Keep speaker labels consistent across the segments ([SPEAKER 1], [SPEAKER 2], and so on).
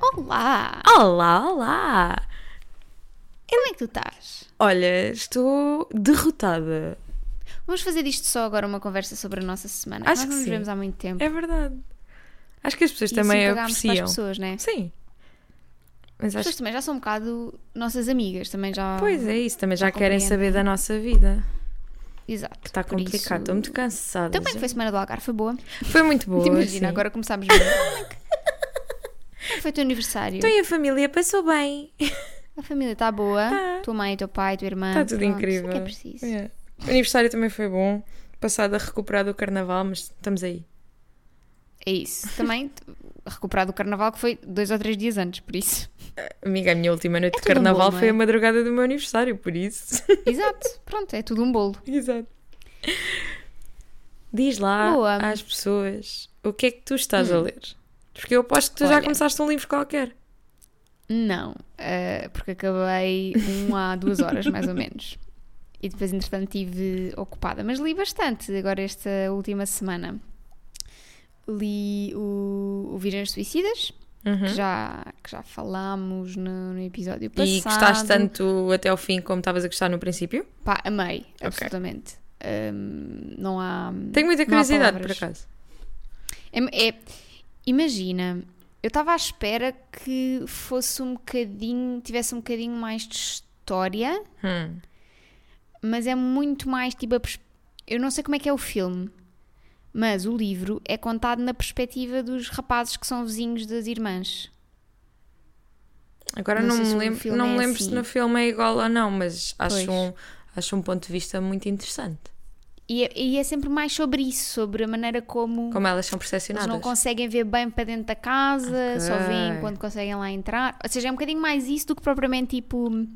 [SPEAKER 1] Olá!
[SPEAKER 2] Olá, olá!
[SPEAKER 1] Como é que tu estás?
[SPEAKER 2] Olha, estou derrotada.
[SPEAKER 1] Vamos fazer disto só agora uma conversa sobre a nossa semana.
[SPEAKER 2] Acho
[SPEAKER 1] nós
[SPEAKER 2] que
[SPEAKER 1] não nos
[SPEAKER 2] sim.
[SPEAKER 1] vemos há muito tempo.
[SPEAKER 2] É verdade. Acho que as pessoas
[SPEAKER 1] E
[SPEAKER 2] também
[SPEAKER 1] assim cagámos para as
[SPEAKER 2] apreciam.
[SPEAKER 1] pessoas, né?
[SPEAKER 2] Sim. Mas
[SPEAKER 1] As
[SPEAKER 2] acho
[SPEAKER 1] pessoas também já são um bocado nossas amigas, também já.
[SPEAKER 2] Pois é isso, também já querem
[SPEAKER 1] compreendo.
[SPEAKER 2] saber da nossa vida.
[SPEAKER 1] Exato.
[SPEAKER 2] Está
[SPEAKER 1] por
[SPEAKER 2] Tá complicado, estou
[SPEAKER 1] isso-
[SPEAKER 2] muito cansada.
[SPEAKER 1] Também
[SPEAKER 2] já.
[SPEAKER 1] foi a semana do Algarve, foi boa.
[SPEAKER 2] Foi muito boa.
[SPEAKER 1] Imagina,
[SPEAKER 2] sim.
[SPEAKER 1] agora começámos bem. Como é que- Como é que foi o teu aniversário?
[SPEAKER 2] Então e a família passou bem.
[SPEAKER 1] A família está boa.
[SPEAKER 2] Tá.
[SPEAKER 1] Tua mãe, teu pai, tua irmã.
[SPEAKER 2] Está tudo
[SPEAKER 1] pronto,
[SPEAKER 2] incrível.
[SPEAKER 1] isso é que é preciso.
[SPEAKER 2] É. O aniversário também foi bom. Passado a recuperar do carnaval, mas estamos aí.
[SPEAKER 1] É isso. Também t- recuperar do carnaval que foi dois ou três dias antes, por isso.
[SPEAKER 2] Amiga, a minha última noite de
[SPEAKER 1] tudo um
[SPEAKER 2] carnaval
[SPEAKER 1] bolo, não é?
[SPEAKER 2] foi a madrugada do meu aniversário, por isso.
[SPEAKER 1] Exato. Pronto, é tudo um bolo.
[SPEAKER 2] Exato. Diz lá
[SPEAKER 1] Boa.
[SPEAKER 2] às pessoas o que é que tu estás a ler. Porque eu aposto que tu já
[SPEAKER 1] Olha.
[SPEAKER 2] começaste um livro qualquer.
[SPEAKER 1] Não, eh, porque acabei um há duas horas, mais ou menos. E depois, entretanto, estive ocupada. Mas li bastante agora esta última semana. Li o, o Virgens Suicidas,
[SPEAKER 2] Uhum.
[SPEAKER 1] que, já, que já falámos no, no episódio passado.
[SPEAKER 2] Hum? E gostaste tanto até ao fim como estavas a gostar no princípio?
[SPEAKER 1] Pá, amei, absolutamente. Hum, não há...
[SPEAKER 2] Tenho muita
[SPEAKER 1] não há
[SPEAKER 2] curiosidade, por
[SPEAKER 1] palavras.
[SPEAKER 2] acaso.
[SPEAKER 1] É- é- imagina, eu estava à espera que fosse um bocadinho, tivesse um bocadinho mais de história,
[SPEAKER 2] Hum.
[SPEAKER 1] mas é muito mais tipo a pers- eu não sei como é que é o filme, mas o livro é contado na perspectiva dos rapazes que são vizinhos das irmãs.
[SPEAKER 2] Agora
[SPEAKER 1] Não
[SPEAKER 2] não,
[SPEAKER 1] sei se
[SPEAKER 2] me
[SPEAKER 1] o
[SPEAKER 2] lembro,
[SPEAKER 1] filme
[SPEAKER 2] não me
[SPEAKER 1] é
[SPEAKER 2] lembro se
[SPEAKER 1] assim.
[SPEAKER 2] no filme é igual ou não, mas
[SPEAKER 1] Pois.
[SPEAKER 2] acho um, acho um ponto de vista muito interessante.
[SPEAKER 1] E é, e é sempre mais sobre isso, sobre a maneira como,
[SPEAKER 2] Como elas são
[SPEAKER 1] eles
[SPEAKER 2] percepcionadas.
[SPEAKER 1] não conseguem ver bem para dentro da casa,
[SPEAKER 2] Ok.
[SPEAKER 1] só veem quando conseguem lá entrar. Ou seja, é um bocadinho mais isso do que propriamente tipo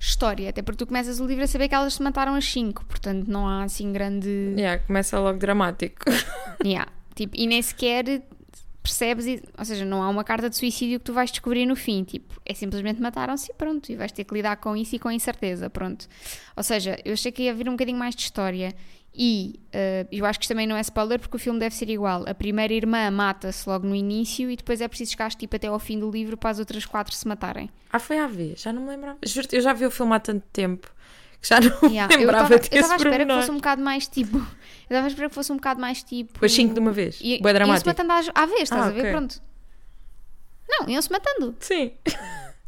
[SPEAKER 1] história. Até porque tu começas o livro a saber que elas se mataram às 5, portanto não há assim grande.
[SPEAKER 2] Yeah, começa logo dramático.
[SPEAKER 1] Yeah. Tipo, e nem sequer percebes, e- ou seja, não há uma carta de suicídio que tu vais descobrir no fim, tipo, é simplesmente mataram-se e pronto, e vais ter que lidar com isso e com a incerteza, pronto. Ou seja, eu achei que ia haver um bocadinho mais de história e eh, eu acho que isto também não é spoiler porque o filme deve ser igual. A primeira irmã mata-se logo no início e depois é preciso chegar tipo até ao fim do livro para as outras quatro se matarem.
[SPEAKER 2] Ah, foi à vez, já não me lembrava. Juro-te, eu já vi o filme há tanto tempo que já não
[SPEAKER 1] Yeah,
[SPEAKER 2] me
[SPEAKER 1] eu
[SPEAKER 2] lembrava
[SPEAKER 1] estava eu
[SPEAKER 2] desse
[SPEAKER 1] estava à espera que
[SPEAKER 2] pormenor.
[SPEAKER 1] fosse um bocado mais tipo, eu estava à espera que fosse um bocado mais tipo
[SPEAKER 2] Os cinco de uma vez.
[SPEAKER 1] E, iam-se
[SPEAKER 2] Boa dramático.
[SPEAKER 1] matando às- à vez, estás
[SPEAKER 2] Ah,
[SPEAKER 1] a ver?
[SPEAKER 2] ok.
[SPEAKER 1] Pronto. Não, iam-se matando.
[SPEAKER 2] Sim.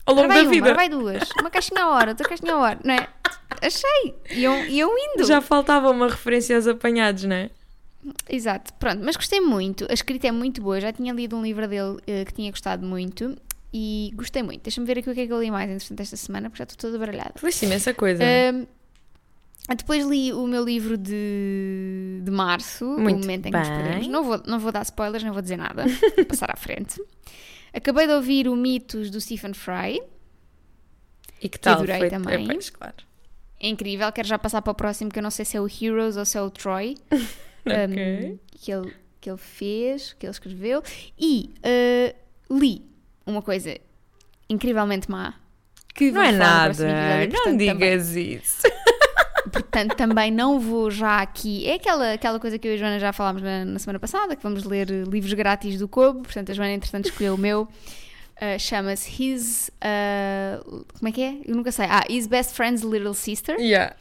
[SPEAKER 2] Ao
[SPEAKER 1] Ora
[SPEAKER 2] longo
[SPEAKER 1] vai
[SPEAKER 2] da
[SPEAKER 1] uma,
[SPEAKER 2] vida.
[SPEAKER 1] ora vai duas. Uma caixinha à hora, outra caixinha à hora, não é? Achei. Iam, iam indo.
[SPEAKER 2] Já faltava uma referência aos apanhados, não é?
[SPEAKER 1] Exato. Pronto, mas gostei muito. A escrita é muito boa. Eu Já tinha lido um livro dele eh, que tinha gostado muito. E gostei muito. Deixa-me ver aqui o que é que eu li mais, entretanto, esta semana, porque já estou toda baralhada.
[SPEAKER 2] Leste imensa coisa.
[SPEAKER 1] Ahm, depois li o meu livro de, de março,
[SPEAKER 2] Muito
[SPEAKER 1] o momento em que nos
[SPEAKER 2] bem.
[SPEAKER 1] perdemos. Não vou, não vou dar spoilers, não vou dizer nada. Vou passar à frente. Acabei de ouvir o Mitos do Stephen Fry.
[SPEAKER 2] e que tal?
[SPEAKER 1] adorei
[SPEAKER 2] foi
[SPEAKER 1] também.
[SPEAKER 2] É, pois, claro.
[SPEAKER 1] É incrível, quero já passar para o próximo, que eu não sei se é o Heroes ou se é o Troy.
[SPEAKER 2] Ok.
[SPEAKER 1] um, que, ele, que ele fez, que ele escreveu. E uh, li uma coisa incrivelmente má. Que
[SPEAKER 2] Não
[SPEAKER 1] vou falar
[SPEAKER 2] é
[SPEAKER 1] no
[SPEAKER 2] nada.
[SPEAKER 1] próximo episódio,
[SPEAKER 2] não
[SPEAKER 1] portanto, também-
[SPEAKER 2] digas isso.
[SPEAKER 1] Portanto, também não vou já aqui. É aquela, aquela coisa que eu e a Joana já falámos na, na semana passada, que vamos ler eh, livros grátis do Cobo. Portanto, a Joana, entretanto, escolheu o meu. Eh, Chama-se His. eh, como é que é? Eu nunca sei. Ah, His Best Friend's Little Sister.
[SPEAKER 2] Yeah.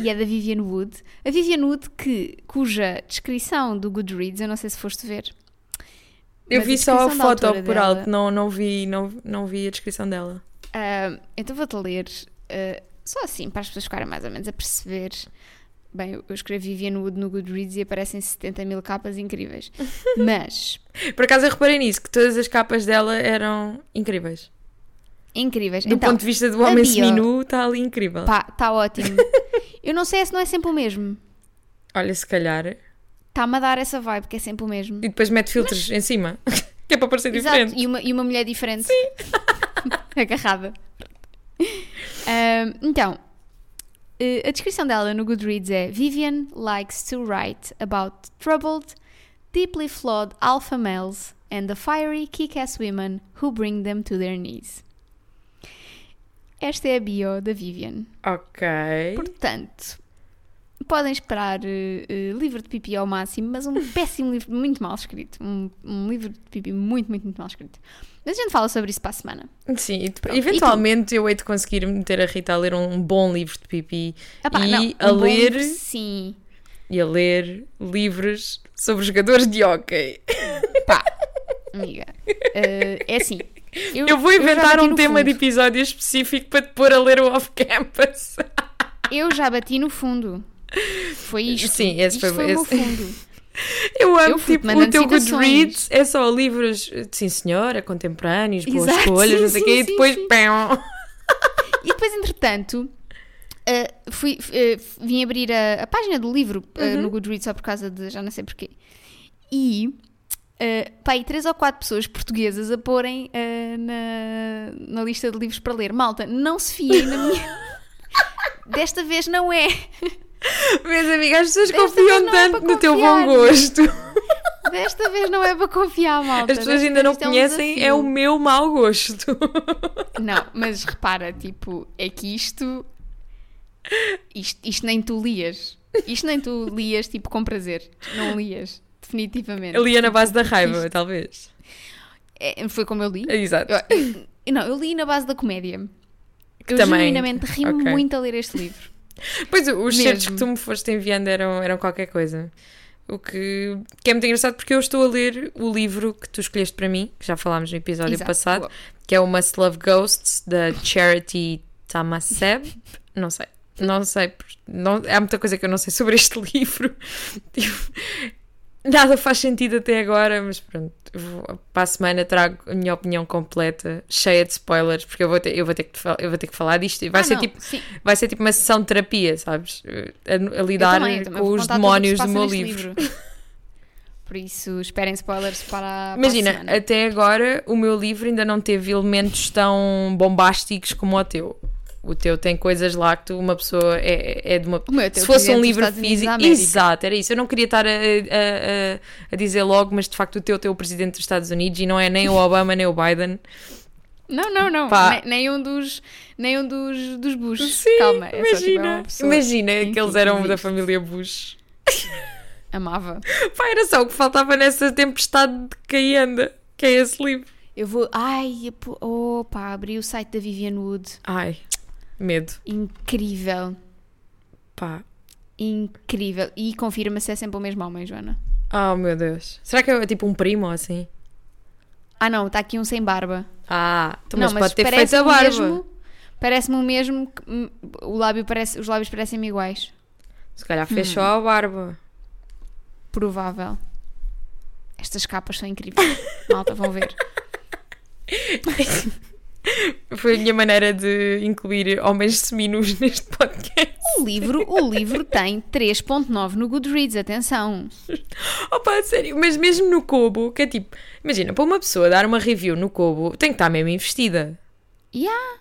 [SPEAKER 1] E é da Vivian Wood. A Vivian Wood, que, cuja descrição do Goodreads, eu não sei se foste ver.
[SPEAKER 2] Eu
[SPEAKER 1] Mas
[SPEAKER 2] vi
[SPEAKER 1] a
[SPEAKER 2] só a
[SPEAKER 1] descrição da
[SPEAKER 2] foto
[SPEAKER 1] autora
[SPEAKER 2] por
[SPEAKER 1] dela-
[SPEAKER 2] alto, não, não, vi, não, não vi a descrição dela.
[SPEAKER 1] Ah, então vou-te ler, ah, só assim, para as pessoas ficarem mais ou menos a perceber. Bem, eu eu escrevi Vivian Wood no Goodreads e aparecem 70 mil capas incríveis. Mas,
[SPEAKER 2] Por acaso eu reparei nisso, que todas as capas dela eram incríveis.
[SPEAKER 1] incríveis.
[SPEAKER 2] Do
[SPEAKER 1] então,
[SPEAKER 2] ponto de vista do homem
[SPEAKER 1] a bio-
[SPEAKER 2] seminu, está ali incrível.
[SPEAKER 1] pá, está ótimo. Eu não sei se não é sempre o mesmo.
[SPEAKER 2] Olha, se calhar. E
[SPEAKER 1] Está-me a dar essa vibe, que é sempre o mesmo.
[SPEAKER 2] depois mete filtros em cima, que é para parecer
[SPEAKER 1] Exato,
[SPEAKER 2] diferente.
[SPEAKER 1] e uma, e uma mulher diferente. Agarrada. Ahm, então, eh, a descrição dela no Goodreads é: Vivian likes to write about troubled, deeply flawed alpha males and the fiery kick ass women who bring them to their knees. Esta é a bio da Vivian.
[SPEAKER 2] Ok.
[SPEAKER 1] Portanto, Podem esperar eh, eh, livro de pipi ao máximo, mas um péssimo livro, muito mal escrito. Um, um livro de pipi muito, muito, muito mal escrito. Mas a gente fala sobre isso para a semana.
[SPEAKER 2] Sim, e depois- eventualmente eu hei de conseguir meter a Rita a ler um bom livro de pipi
[SPEAKER 1] Ah pá,
[SPEAKER 2] e
[SPEAKER 1] não, um
[SPEAKER 2] a
[SPEAKER 1] bom
[SPEAKER 2] ler
[SPEAKER 1] livro, sim.
[SPEAKER 2] e a ler livros sobre jogadores de hóquei.
[SPEAKER 1] Pá, amiga. eh, é assim. Eu,
[SPEAKER 2] Eu vou
[SPEAKER 1] eu já
[SPEAKER 2] inventar
[SPEAKER 1] bati
[SPEAKER 2] um
[SPEAKER 1] no
[SPEAKER 2] tema
[SPEAKER 1] fundo.
[SPEAKER 2] de episódio específico para te pôr a ler o off-campus.
[SPEAKER 1] Eu já bati no fundo. Foi isto.
[SPEAKER 2] Sim, esse
[SPEAKER 1] isto
[SPEAKER 2] foi-
[SPEAKER 1] foi, o meu
[SPEAKER 2] esse-
[SPEAKER 1] fundo.
[SPEAKER 2] Eu amo,
[SPEAKER 1] Eu fui-te
[SPEAKER 2] tipo, o
[SPEAKER 1] mandando
[SPEAKER 2] teu
[SPEAKER 1] citações.
[SPEAKER 2] Goodreads é só livros, eh, sim senhora, contemporâneos, boas
[SPEAKER 1] Exato,
[SPEAKER 2] escolhas,
[SPEAKER 1] sim,
[SPEAKER 2] não sei
[SPEAKER 1] sim,
[SPEAKER 2] o quê, e
[SPEAKER 1] sim,
[SPEAKER 2] depois
[SPEAKER 1] sim.
[SPEAKER 2] pão.
[SPEAKER 1] E depois, entretanto, uh, fui, f- uh, vim abrir a, a página do livro uh,
[SPEAKER 2] Uhum.
[SPEAKER 1] no Goodreads só por causa de já não sei porquê. E uh, pá, aí três ou quatro pessoas portuguesas a porem uh, na, na lista de livros para ler. Malta, não se fiem na minha. Desta vez não é.
[SPEAKER 2] Mas amiga, as pessoas
[SPEAKER 1] Desta vez
[SPEAKER 2] confiam
[SPEAKER 1] não é
[SPEAKER 2] tanto
[SPEAKER 1] para
[SPEAKER 2] no teu
[SPEAKER 1] confiar.
[SPEAKER 2] bom gosto.
[SPEAKER 1] Desta vez não é para confiar, malta.
[SPEAKER 2] As pessoas
[SPEAKER 1] Desta
[SPEAKER 2] ainda não
[SPEAKER 1] vez isto é um
[SPEAKER 2] conhecem, é
[SPEAKER 1] desafio.
[SPEAKER 2] o meu mau gosto.
[SPEAKER 1] Não, mas repara, tipo, é que isto. Isto, isto nem tu lias. Isto nem tu lias, tipo, com prazer. Não lias, definitivamente.
[SPEAKER 2] Ali é na base da raiva,
[SPEAKER 1] um Isto.
[SPEAKER 2] talvez.
[SPEAKER 1] É, foi como eu li.
[SPEAKER 2] Exato.
[SPEAKER 1] Eu- eu- não, eu li na base da comédia. Eu
[SPEAKER 2] também-
[SPEAKER 1] genuinamente ri-me
[SPEAKER 2] ok.
[SPEAKER 1] muito a ler este livro.
[SPEAKER 2] Pois os
[SPEAKER 1] Mesmo.
[SPEAKER 2] certos que tu me foste enviando eram, eram qualquer coisa. O que, que é muito engraçado porque eu estou a ler o livro que tu escolheste para mim, que já falámos no episódio
[SPEAKER 1] Exato.
[SPEAKER 2] passado, que é o Must Love Ghosts da Charity Tamaseb. não sei. Não sei, por- não, há muita coisa que eu não sei sobre este livro. Tipo, nada faz sentido até agora, mas pronto. vou- para a semana trago a minha opinião completa, cheia de spoilers, porque eu vou ter, eu vou ter, que, te fal- eu vou ter que falar disto. e Vai
[SPEAKER 1] Ah,
[SPEAKER 2] ser
[SPEAKER 1] não,
[SPEAKER 2] tipo
[SPEAKER 1] sim.
[SPEAKER 2] vai ser tipo uma sessão de terapia, sabes? Eh, A, a
[SPEAKER 1] Eu
[SPEAKER 2] lidar
[SPEAKER 1] também, eu também
[SPEAKER 2] com
[SPEAKER 1] vou
[SPEAKER 2] os
[SPEAKER 1] contar tudo o que se
[SPEAKER 2] demónios do
[SPEAKER 1] passa
[SPEAKER 2] meu
[SPEAKER 1] neste
[SPEAKER 2] livro.
[SPEAKER 1] Por isso, esperem spoilers para. para a né? é?
[SPEAKER 2] Imagina,
[SPEAKER 1] semana.
[SPEAKER 2] até agora o meu livro ainda não teve elementos tão bombásticos como o teu. O teu tem coisas lá que tu, uma pessoa é, é de uma.
[SPEAKER 1] O meu, é o
[SPEAKER 2] Se
[SPEAKER 1] Presidente
[SPEAKER 2] fosse um
[SPEAKER 1] dos
[SPEAKER 2] livro
[SPEAKER 1] Estados Unidos
[SPEAKER 2] físico.
[SPEAKER 1] da América.
[SPEAKER 2] Exato, era isso. Eu não queria estar a, a- a- a dizer logo, mas de facto o teu tem o presidente dos Estados Unidos e não é nem o Obama nem o Biden.
[SPEAKER 1] Não, não, não.
[SPEAKER 2] Pá.
[SPEAKER 1] Ne- Nem, um dos, nem um dos, dos Bush.
[SPEAKER 2] Sim,
[SPEAKER 1] Calma, é só, tipo, é
[SPEAKER 2] imagina.
[SPEAKER 1] uma pessoa.
[SPEAKER 2] imagina que
[SPEAKER 1] Enfim,
[SPEAKER 2] eles eram da
[SPEAKER 1] existe.
[SPEAKER 2] família Bush.
[SPEAKER 1] Amava.
[SPEAKER 2] Pá, era só o que faltava nessa tempestade de Caianda, que é esse livro.
[SPEAKER 1] Eu vou. Ai, apo- opa, abri o site da Vivian Wood.
[SPEAKER 2] Ai, medo.
[SPEAKER 1] Incrível.
[SPEAKER 2] Pá.
[SPEAKER 1] Incrível. E confirma-se é sempre o mesmo homem, Joana.
[SPEAKER 2] Oh, meu Deus. Será que é tipo um primo ou assim?
[SPEAKER 1] Ah, não, está aqui um sem barba.
[SPEAKER 2] Ah, então,
[SPEAKER 1] não,
[SPEAKER 2] mas, pode ter
[SPEAKER 1] parece
[SPEAKER 2] feito a
[SPEAKER 1] o
[SPEAKER 2] barba.
[SPEAKER 1] mesmo- Parece-me o mesmo. que- hum, o lábio parece, os lábios parecem-me iguais.
[SPEAKER 2] Se calhar fez
[SPEAKER 1] Hum.
[SPEAKER 2] só a barba.
[SPEAKER 1] Provável. Estas capas são incríveis. Malta, vão ver.
[SPEAKER 2] Foi a minha maneira de incluir homens seminus neste podcast.
[SPEAKER 1] O livro, o livro tem 3.9 no Goodreads, atenção.
[SPEAKER 2] Opa, a sério. Mas mesmo no Kobo, que é tipo... Imagina, para uma pessoa dar uma review no Kobo, tem que estar mesmo investida.
[SPEAKER 1] Yeah.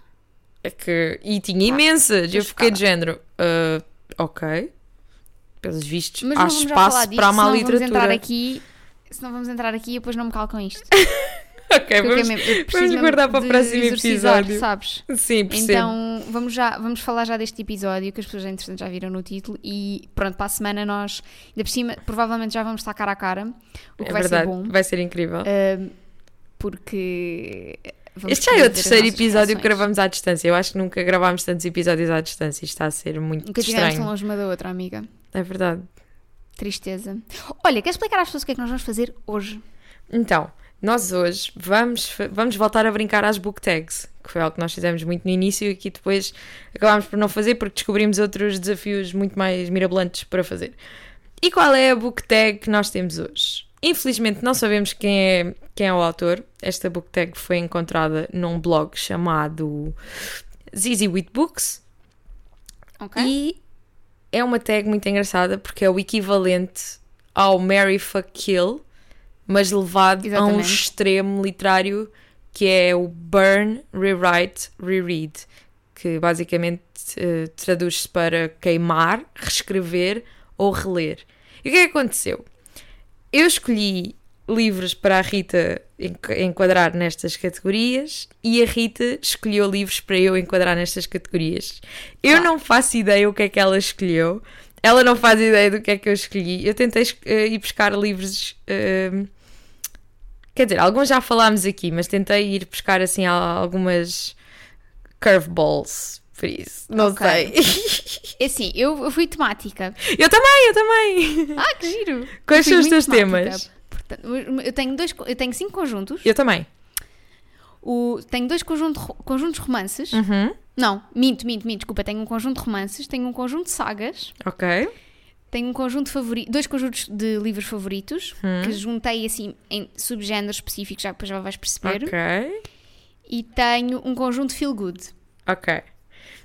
[SPEAKER 2] É que... E tinha imensas. Eu
[SPEAKER 1] tô
[SPEAKER 2] fiquei de género... ah, ok. Pelos vistos,
[SPEAKER 1] Mas
[SPEAKER 2] há
[SPEAKER 1] não vamos já falar
[SPEAKER 2] espaço
[SPEAKER 1] disto,
[SPEAKER 2] para a má
[SPEAKER 1] senão vamos entrar
[SPEAKER 2] literatura.
[SPEAKER 1] aqui. Se não vamos entrar aqui, eu depois não me calo com isto.
[SPEAKER 2] Ok,
[SPEAKER 1] Eu quero
[SPEAKER 2] É, vamos,
[SPEAKER 1] mesmo- eu preciso
[SPEAKER 2] vamos
[SPEAKER 1] mesmo
[SPEAKER 2] guardar para o
[SPEAKER 1] de
[SPEAKER 2] próximo
[SPEAKER 1] exorcizar,
[SPEAKER 2] episódio.
[SPEAKER 1] sabes?
[SPEAKER 2] Sim, percebo.
[SPEAKER 1] Então, vamos, já, vamos falar já deste episódio, que as pessoas, entretanto, já viram no título. E pronto, para a semana nós, ainda por cima, provavelmente já vamos estar cara a cara. O que
[SPEAKER 2] é
[SPEAKER 1] vai
[SPEAKER 2] verdade,
[SPEAKER 1] ser bom, hum,
[SPEAKER 2] vai ser incrível.
[SPEAKER 1] porque... vamos
[SPEAKER 2] este já é
[SPEAKER 1] poder ver
[SPEAKER 2] o
[SPEAKER 1] as
[SPEAKER 2] terceiro
[SPEAKER 1] nossas
[SPEAKER 2] episódio que
[SPEAKER 1] reações.
[SPEAKER 2] gravamos à distância. Eu acho que nunca gravámos tantos episódios à distância. Isto está a ser muito
[SPEAKER 1] Nunca um estivemos tão
[SPEAKER 2] estranho.
[SPEAKER 1] longe uma da outra, amiga.
[SPEAKER 2] É verdade.
[SPEAKER 1] Tristeza. Olha, quer explicar às pessoas o que é que nós vamos fazer hoje?
[SPEAKER 2] Então, nós hoje vamos, fa- vamos voltar a brincar às book tags, que foi algo que nós fizemos muito no início e que depois acabámos por não fazer porque descobrimos outros desafios muito mais mirabolantes para fazer. E qual é a book tag que nós temos hoje? Infelizmente não sabemos quem é, quem é o autor. Esta book tag foi encontrada num blog chamado Zizi with Books.
[SPEAKER 1] Ok?
[SPEAKER 2] E é uma tag muito engraçada porque é o equivalente ao Mary Fuck Kill, mas levado a um
[SPEAKER 1] Exatamente.
[SPEAKER 2] extremo literário que é o Burn, Rewrite, Reread, que basicamente eh, traduz-se para queimar, reescrever ou reler. E o que é que aconteceu? Eu escolhi livros para a Rita enqu- enquadrar nestas categorias e a Rita escolheu livros para eu enquadrar nestas categorias. Eu não faço ideia o que é que ela escolheu. Ela não faz ideia do que é que eu escolhi. Eu tentei es- eh, ir buscar livros. eh, quer dizer, alguns já falámos aqui, mas tentei ir buscar assim al- algumas curveballs. Por isso, não
[SPEAKER 1] Ok.
[SPEAKER 2] sei.
[SPEAKER 1] É assim, eu, eu fui temática.
[SPEAKER 2] eu também, eu também.
[SPEAKER 1] Ah, que giro!
[SPEAKER 2] Quais
[SPEAKER 1] Eu
[SPEAKER 2] são os
[SPEAKER 1] fui muito
[SPEAKER 2] teus
[SPEAKER 1] temática.
[SPEAKER 2] temas?
[SPEAKER 1] Portanto, eu tenho, dois, co- eu tenho cinco conjuntos.
[SPEAKER 2] Eu também.
[SPEAKER 1] O, tenho dois conjunto, ro- conjuntos de romances.
[SPEAKER 2] Uhum.
[SPEAKER 1] Não, minto, minto, minto, desculpa. Tenho um conjunto de romances, tenho um conjunto de sagas,
[SPEAKER 2] Ok.
[SPEAKER 1] tenho um conjunto de favori, dois conjuntos de livros favoritos
[SPEAKER 2] Hum.
[SPEAKER 1] que juntei assim em subgéneros específicos, já depois já vais perceber.
[SPEAKER 2] Ok.
[SPEAKER 1] E tenho um conjunto feel good.
[SPEAKER 2] Ok.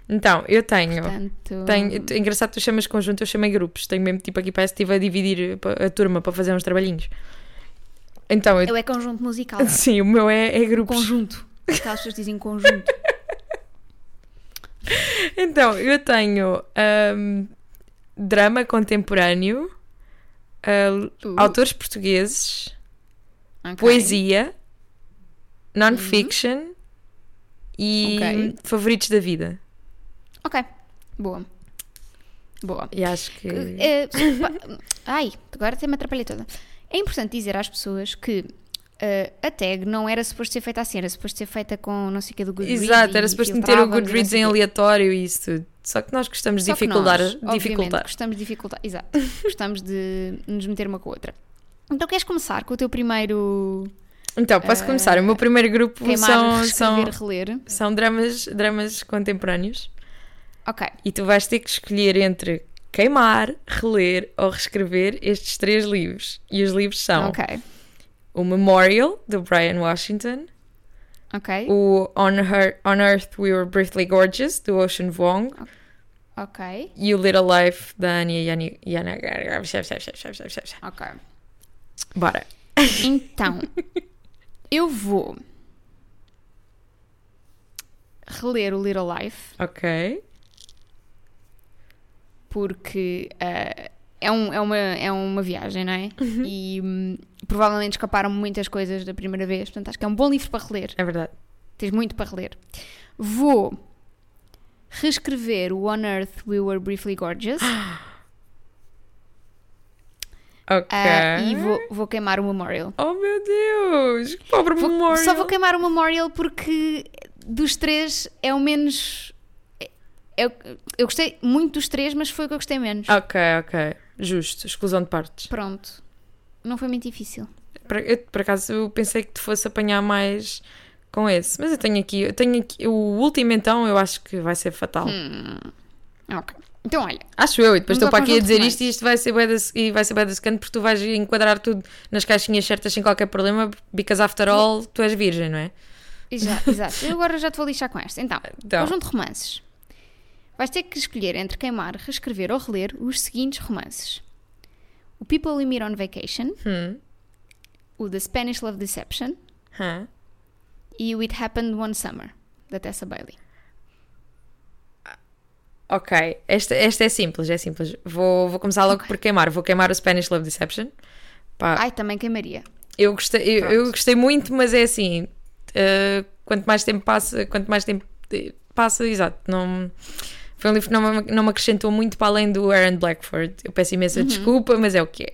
[SPEAKER 2] Então, eu tenho.
[SPEAKER 1] Portanto,
[SPEAKER 2] Tenho, é engraçado que tu chamas conjunto, eu chamei grupos. Tenho mesmo tipo aqui, parece que estive a dividir pa- a turma para fazer uns trabalhinhos. Então, eu,
[SPEAKER 1] eu é conjunto musical.
[SPEAKER 2] sim, o meu é, é grupos.
[SPEAKER 1] conjunto. Aquelas pessoas dizem conjunto.
[SPEAKER 2] Então, eu tenho ahm, drama contemporâneo, ah,
[SPEAKER 1] Uh.
[SPEAKER 2] autores portugueses,
[SPEAKER 1] Ok. Uhum.
[SPEAKER 2] poesia, non-fiction e
[SPEAKER 1] Ok.
[SPEAKER 2] favoritos da vida.
[SPEAKER 1] Ok, boa. Boa.
[SPEAKER 2] E acho que.
[SPEAKER 1] Eh, pa- Ai, agora até me atrapalhei toda. É importante dizer às pessoas que eh, a tag não era suposto ser feita assim, era suposto ser feita com não sei o que do Goodreads.
[SPEAKER 2] Exato, era
[SPEAKER 1] e
[SPEAKER 2] suposto meter o
[SPEAKER 1] filtrávamos e não
[SPEAKER 2] Goodreads
[SPEAKER 1] sei
[SPEAKER 2] em
[SPEAKER 1] o quê.
[SPEAKER 2] aleatório e isso tudo. Só que nós gostamos de
[SPEAKER 1] assim. Só que
[SPEAKER 2] dificultar.
[SPEAKER 1] nós, obviamente,
[SPEAKER 2] dificultar.
[SPEAKER 1] Gostamos de dificultar, exato. Gostamos de nos meter uma com a outra. Então queres começar com o teu primeiro
[SPEAKER 2] Então, posso começar. O meu primeiro grupo
[SPEAKER 1] queimar,
[SPEAKER 2] são, são,
[SPEAKER 1] reescrever, reler?
[SPEAKER 2] são dramas, dramas contemporâneos
[SPEAKER 1] Ok,
[SPEAKER 2] e tu vais ter que escolher entre queimar, reler ou reescrever estes três livros. E os livros são
[SPEAKER 1] ok,
[SPEAKER 2] o Memorial, do Brian Washington,
[SPEAKER 1] ok,
[SPEAKER 2] o On, Her- On Earth We Were Briefly Gorgeous, do Ocean Vuong
[SPEAKER 1] ok,
[SPEAKER 2] e o Little Life, da Anya Yani- Yanagara.
[SPEAKER 1] ok.
[SPEAKER 2] Bora.
[SPEAKER 1] Então, eu vou reler o Little Life
[SPEAKER 2] Ok.
[SPEAKER 1] porque ah, é, um- é uma, é uma viagem, não é? E hum, provavelmente escaparam muitas coisas da primeira vez, portanto acho que é um bom livro para reler.
[SPEAKER 2] É verdade.
[SPEAKER 1] Tens muito para reler. Vou reescrever o On Earth We Were Briefly Gorgeous
[SPEAKER 2] Ok.
[SPEAKER 1] ah, e vou, vou queimar o Memorial.
[SPEAKER 2] Oh meu Deus! que Pobre
[SPEAKER 1] Vou-
[SPEAKER 2] Memorial.
[SPEAKER 1] Só vou queimar o Memorial porque dos três é o menos. é- Eu, eu gostei muito dos três, mas foi o que eu gostei menos.
[SPEAKER 2] Ok, ok. Justo. Exclusão de partes.
[SPEAKER 1] Pronto. Não foi muito difícil.
[SPEAKER 2] Por, eu, por acaso eu pensei que te fosse apanhar mais com esse. Mas eu tenho aqui. Eu tenho aqui. O último então eu acho que vai ser fatal.
[SPEAKER 1] Ok. Então, olha,
[SPEAKER 2] Acho eu, e depois
[SPEAKER 1] Hum. Vamos
[SPEAKER 2] estou
[SPEAKER 1] ao
[SPEAKER 2] para aqui a
[SPEAKER 1] conjunto
[SPEAKER 2] dizer
[SPEAKER 1] de
[SPEAKER 2] isto e isto vai ser bué da- e vai ser bué da secante porque tu vais enquadrar tudo nas caixinhas certas sem qualquer problema, because after all, tu és virgem, não é?
[SPEAKER 1] já, exato. Eu agora já te vou lixar com esta. Então,
[SPEAKER 2] Então.
[SPEAKER 1] conjunto de romances. Vais ter que escolher entre queimar, reescrever ou reler os seguintes romances: o People We Meet on Vacation,
[SPEAKER 2] Hum.
[SPEAKER 1] o The Spanish Love Deception
[SPEAKER 2] Hã?
[SPEAKER 1] e o It Happened One Summer, da Tessa Bailey.
[SPEAKER 2] Ok, esta, esta é simples, é simples. Vou, vou começar logo
[SPEAKER 1] Ok.
[SPEAKER 2] por queimar. Vou queimar o Spanish Love Deception. Pá,
[SPEAKER 1] Ai, também queimaria.
[SPEAKER 2] Eu gostei, eu, eu gostei muito, mas é assim, eh, quanto mais tempo passa, quanto mais tempo eh, passa, exato, não foi um livro que não me, não me acrescentou muito para além do Aaron Blackford. Eu peço imensa desculpa, mas é o que é.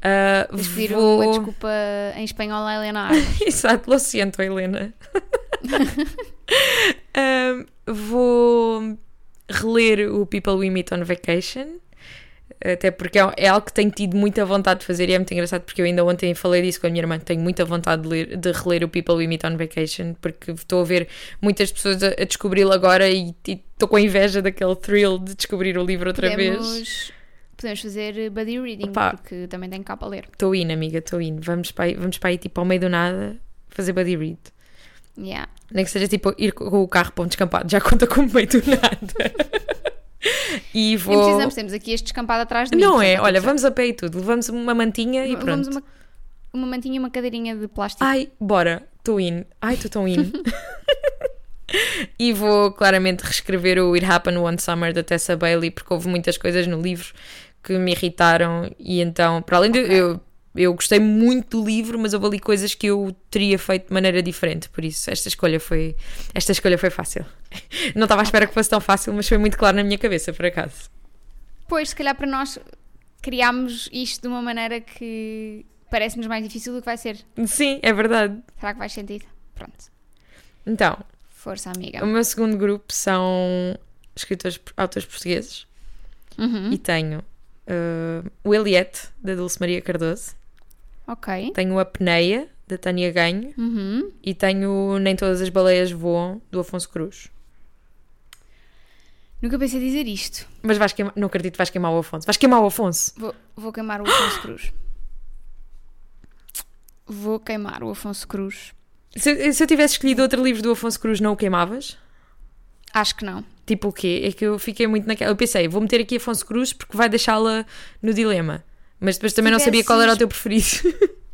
[SPEAKER 2] Ah,
[SPEAKER 1] Tens de pedir
[SPEAKER 2] vou...
[SPEAKER 1] uma desculpa em espanhol à Helena Armas.
[SPEAKER 2] Exato, lo siento, Helena. Ahm, vou reler o People We Meet on Vacation, até porque é é algo que tenho tido muita vontade de fazer e é muito engraçado porque eu ainda ontem falei disso com a minha irmã, que tenho muita vontade de, ler, de reler o People We Meet on Vacation, porque estou a ver muitas pessoas a, a descobri-lo agora e e estou com inveja daquele thrill de descobrir o livro outra vez.
[SPEAKER 1] Podemos, podemos fazer eh, buddy reading,
[SPEAKER 2] Opa.
[SPEAKER 1] porque também tem capa a ler.
[SPEAKER 2] Estou in, amiga, estou in. Vamos para aí, vamos para aí tipo ao meio do nada fazer buddy read.
[SPEAKER 1] Yeah.
[SPEAKER 2] Nem que seja tipo ir com o carro para um descampado, já conta como meio do nada. e
[SPEAKER 1] Nem
[SPEAKER 2] vou.
[SPEAKER 1] precisamos, temos aqui este descampado atrás de mim.
[SPEAKER 2] Não é,
[SPEAKER 1] portanto,
[SPEAKER 2] olha, vamos a pé e tudo. Levamos uma mantinha e
[SPEAKER 1] Levamos
[SPEAKER 2] pronto.
[SPEAKER 1] uma, uma mantinha e uma cadeirinha de plástico.
[SPEAKER 2] Ai, bora, estou in. Ai, estou tão in. e vou claramente reescrever o It Happened One Summer da Tessa Bailey, porque houve muitas coisas no livro que me irritaram. E então, para além de. Eu, eu gostei muito do livro, mas houve ali coisas que eu teria feito de maneira diferente. Por isso, esta escolha foi, esta escolha foi fácil. Não estava à espera que fosse tão fácil, mas foi muito claro na minha cabeça, por acaso.
[SPEAKER 1] depois, se calhar para nós, criámos isto de uma maneira que parece-nos mais difícil do que vai ser.
[SPEAKER 2] Sim, é verdade.
[SPEAKER 1] Será que faz sentido? Pronto.
[SPEAKER 2] Então,
[SPEAKER 1] Força, amiga.
[SPEAKER 2] o meu segundo grupo são escritores, autores portugueses.
[SPEAKER 1] Uhum.
[SPEAKER 2] E tenho eh, o Eliette, da Dulce Maria Cardoso.
[SPEAKER 1] Ok.
[SPEAKER 2] Tenho a Peneia, da Tânia Ganho.
[SPEAKER 1] Uhum.
[SPEAKER 2] E tenho o Nem Todas as Baleias Voam, do Afonso Cruz.
[SPEAKER 1] Nunca pensei dizer isto.
[SPEAKER 2] Mas vais queimar, não acredito que vais queimar o Afonso. Vais queimar o Afonso.
[SPEAKER 1] Vou, vou queimar o Afonso Cruz. Vou queimar o Afonso Cruz.
[SPEAKER 2] Se, eu- se eu tivesse escolhido outro livro do Afonso Cruz, não o queimavas?
[SPEAKER 1] Acho que não.
[SPEAKER 2] Tipo o quê? É que eu fiquei muito naquela. Eu pensei, vou meter aqui Afonso Cruz porque vai deixá-la no dilema. Mas depois também não sabia qual era o teu preferido.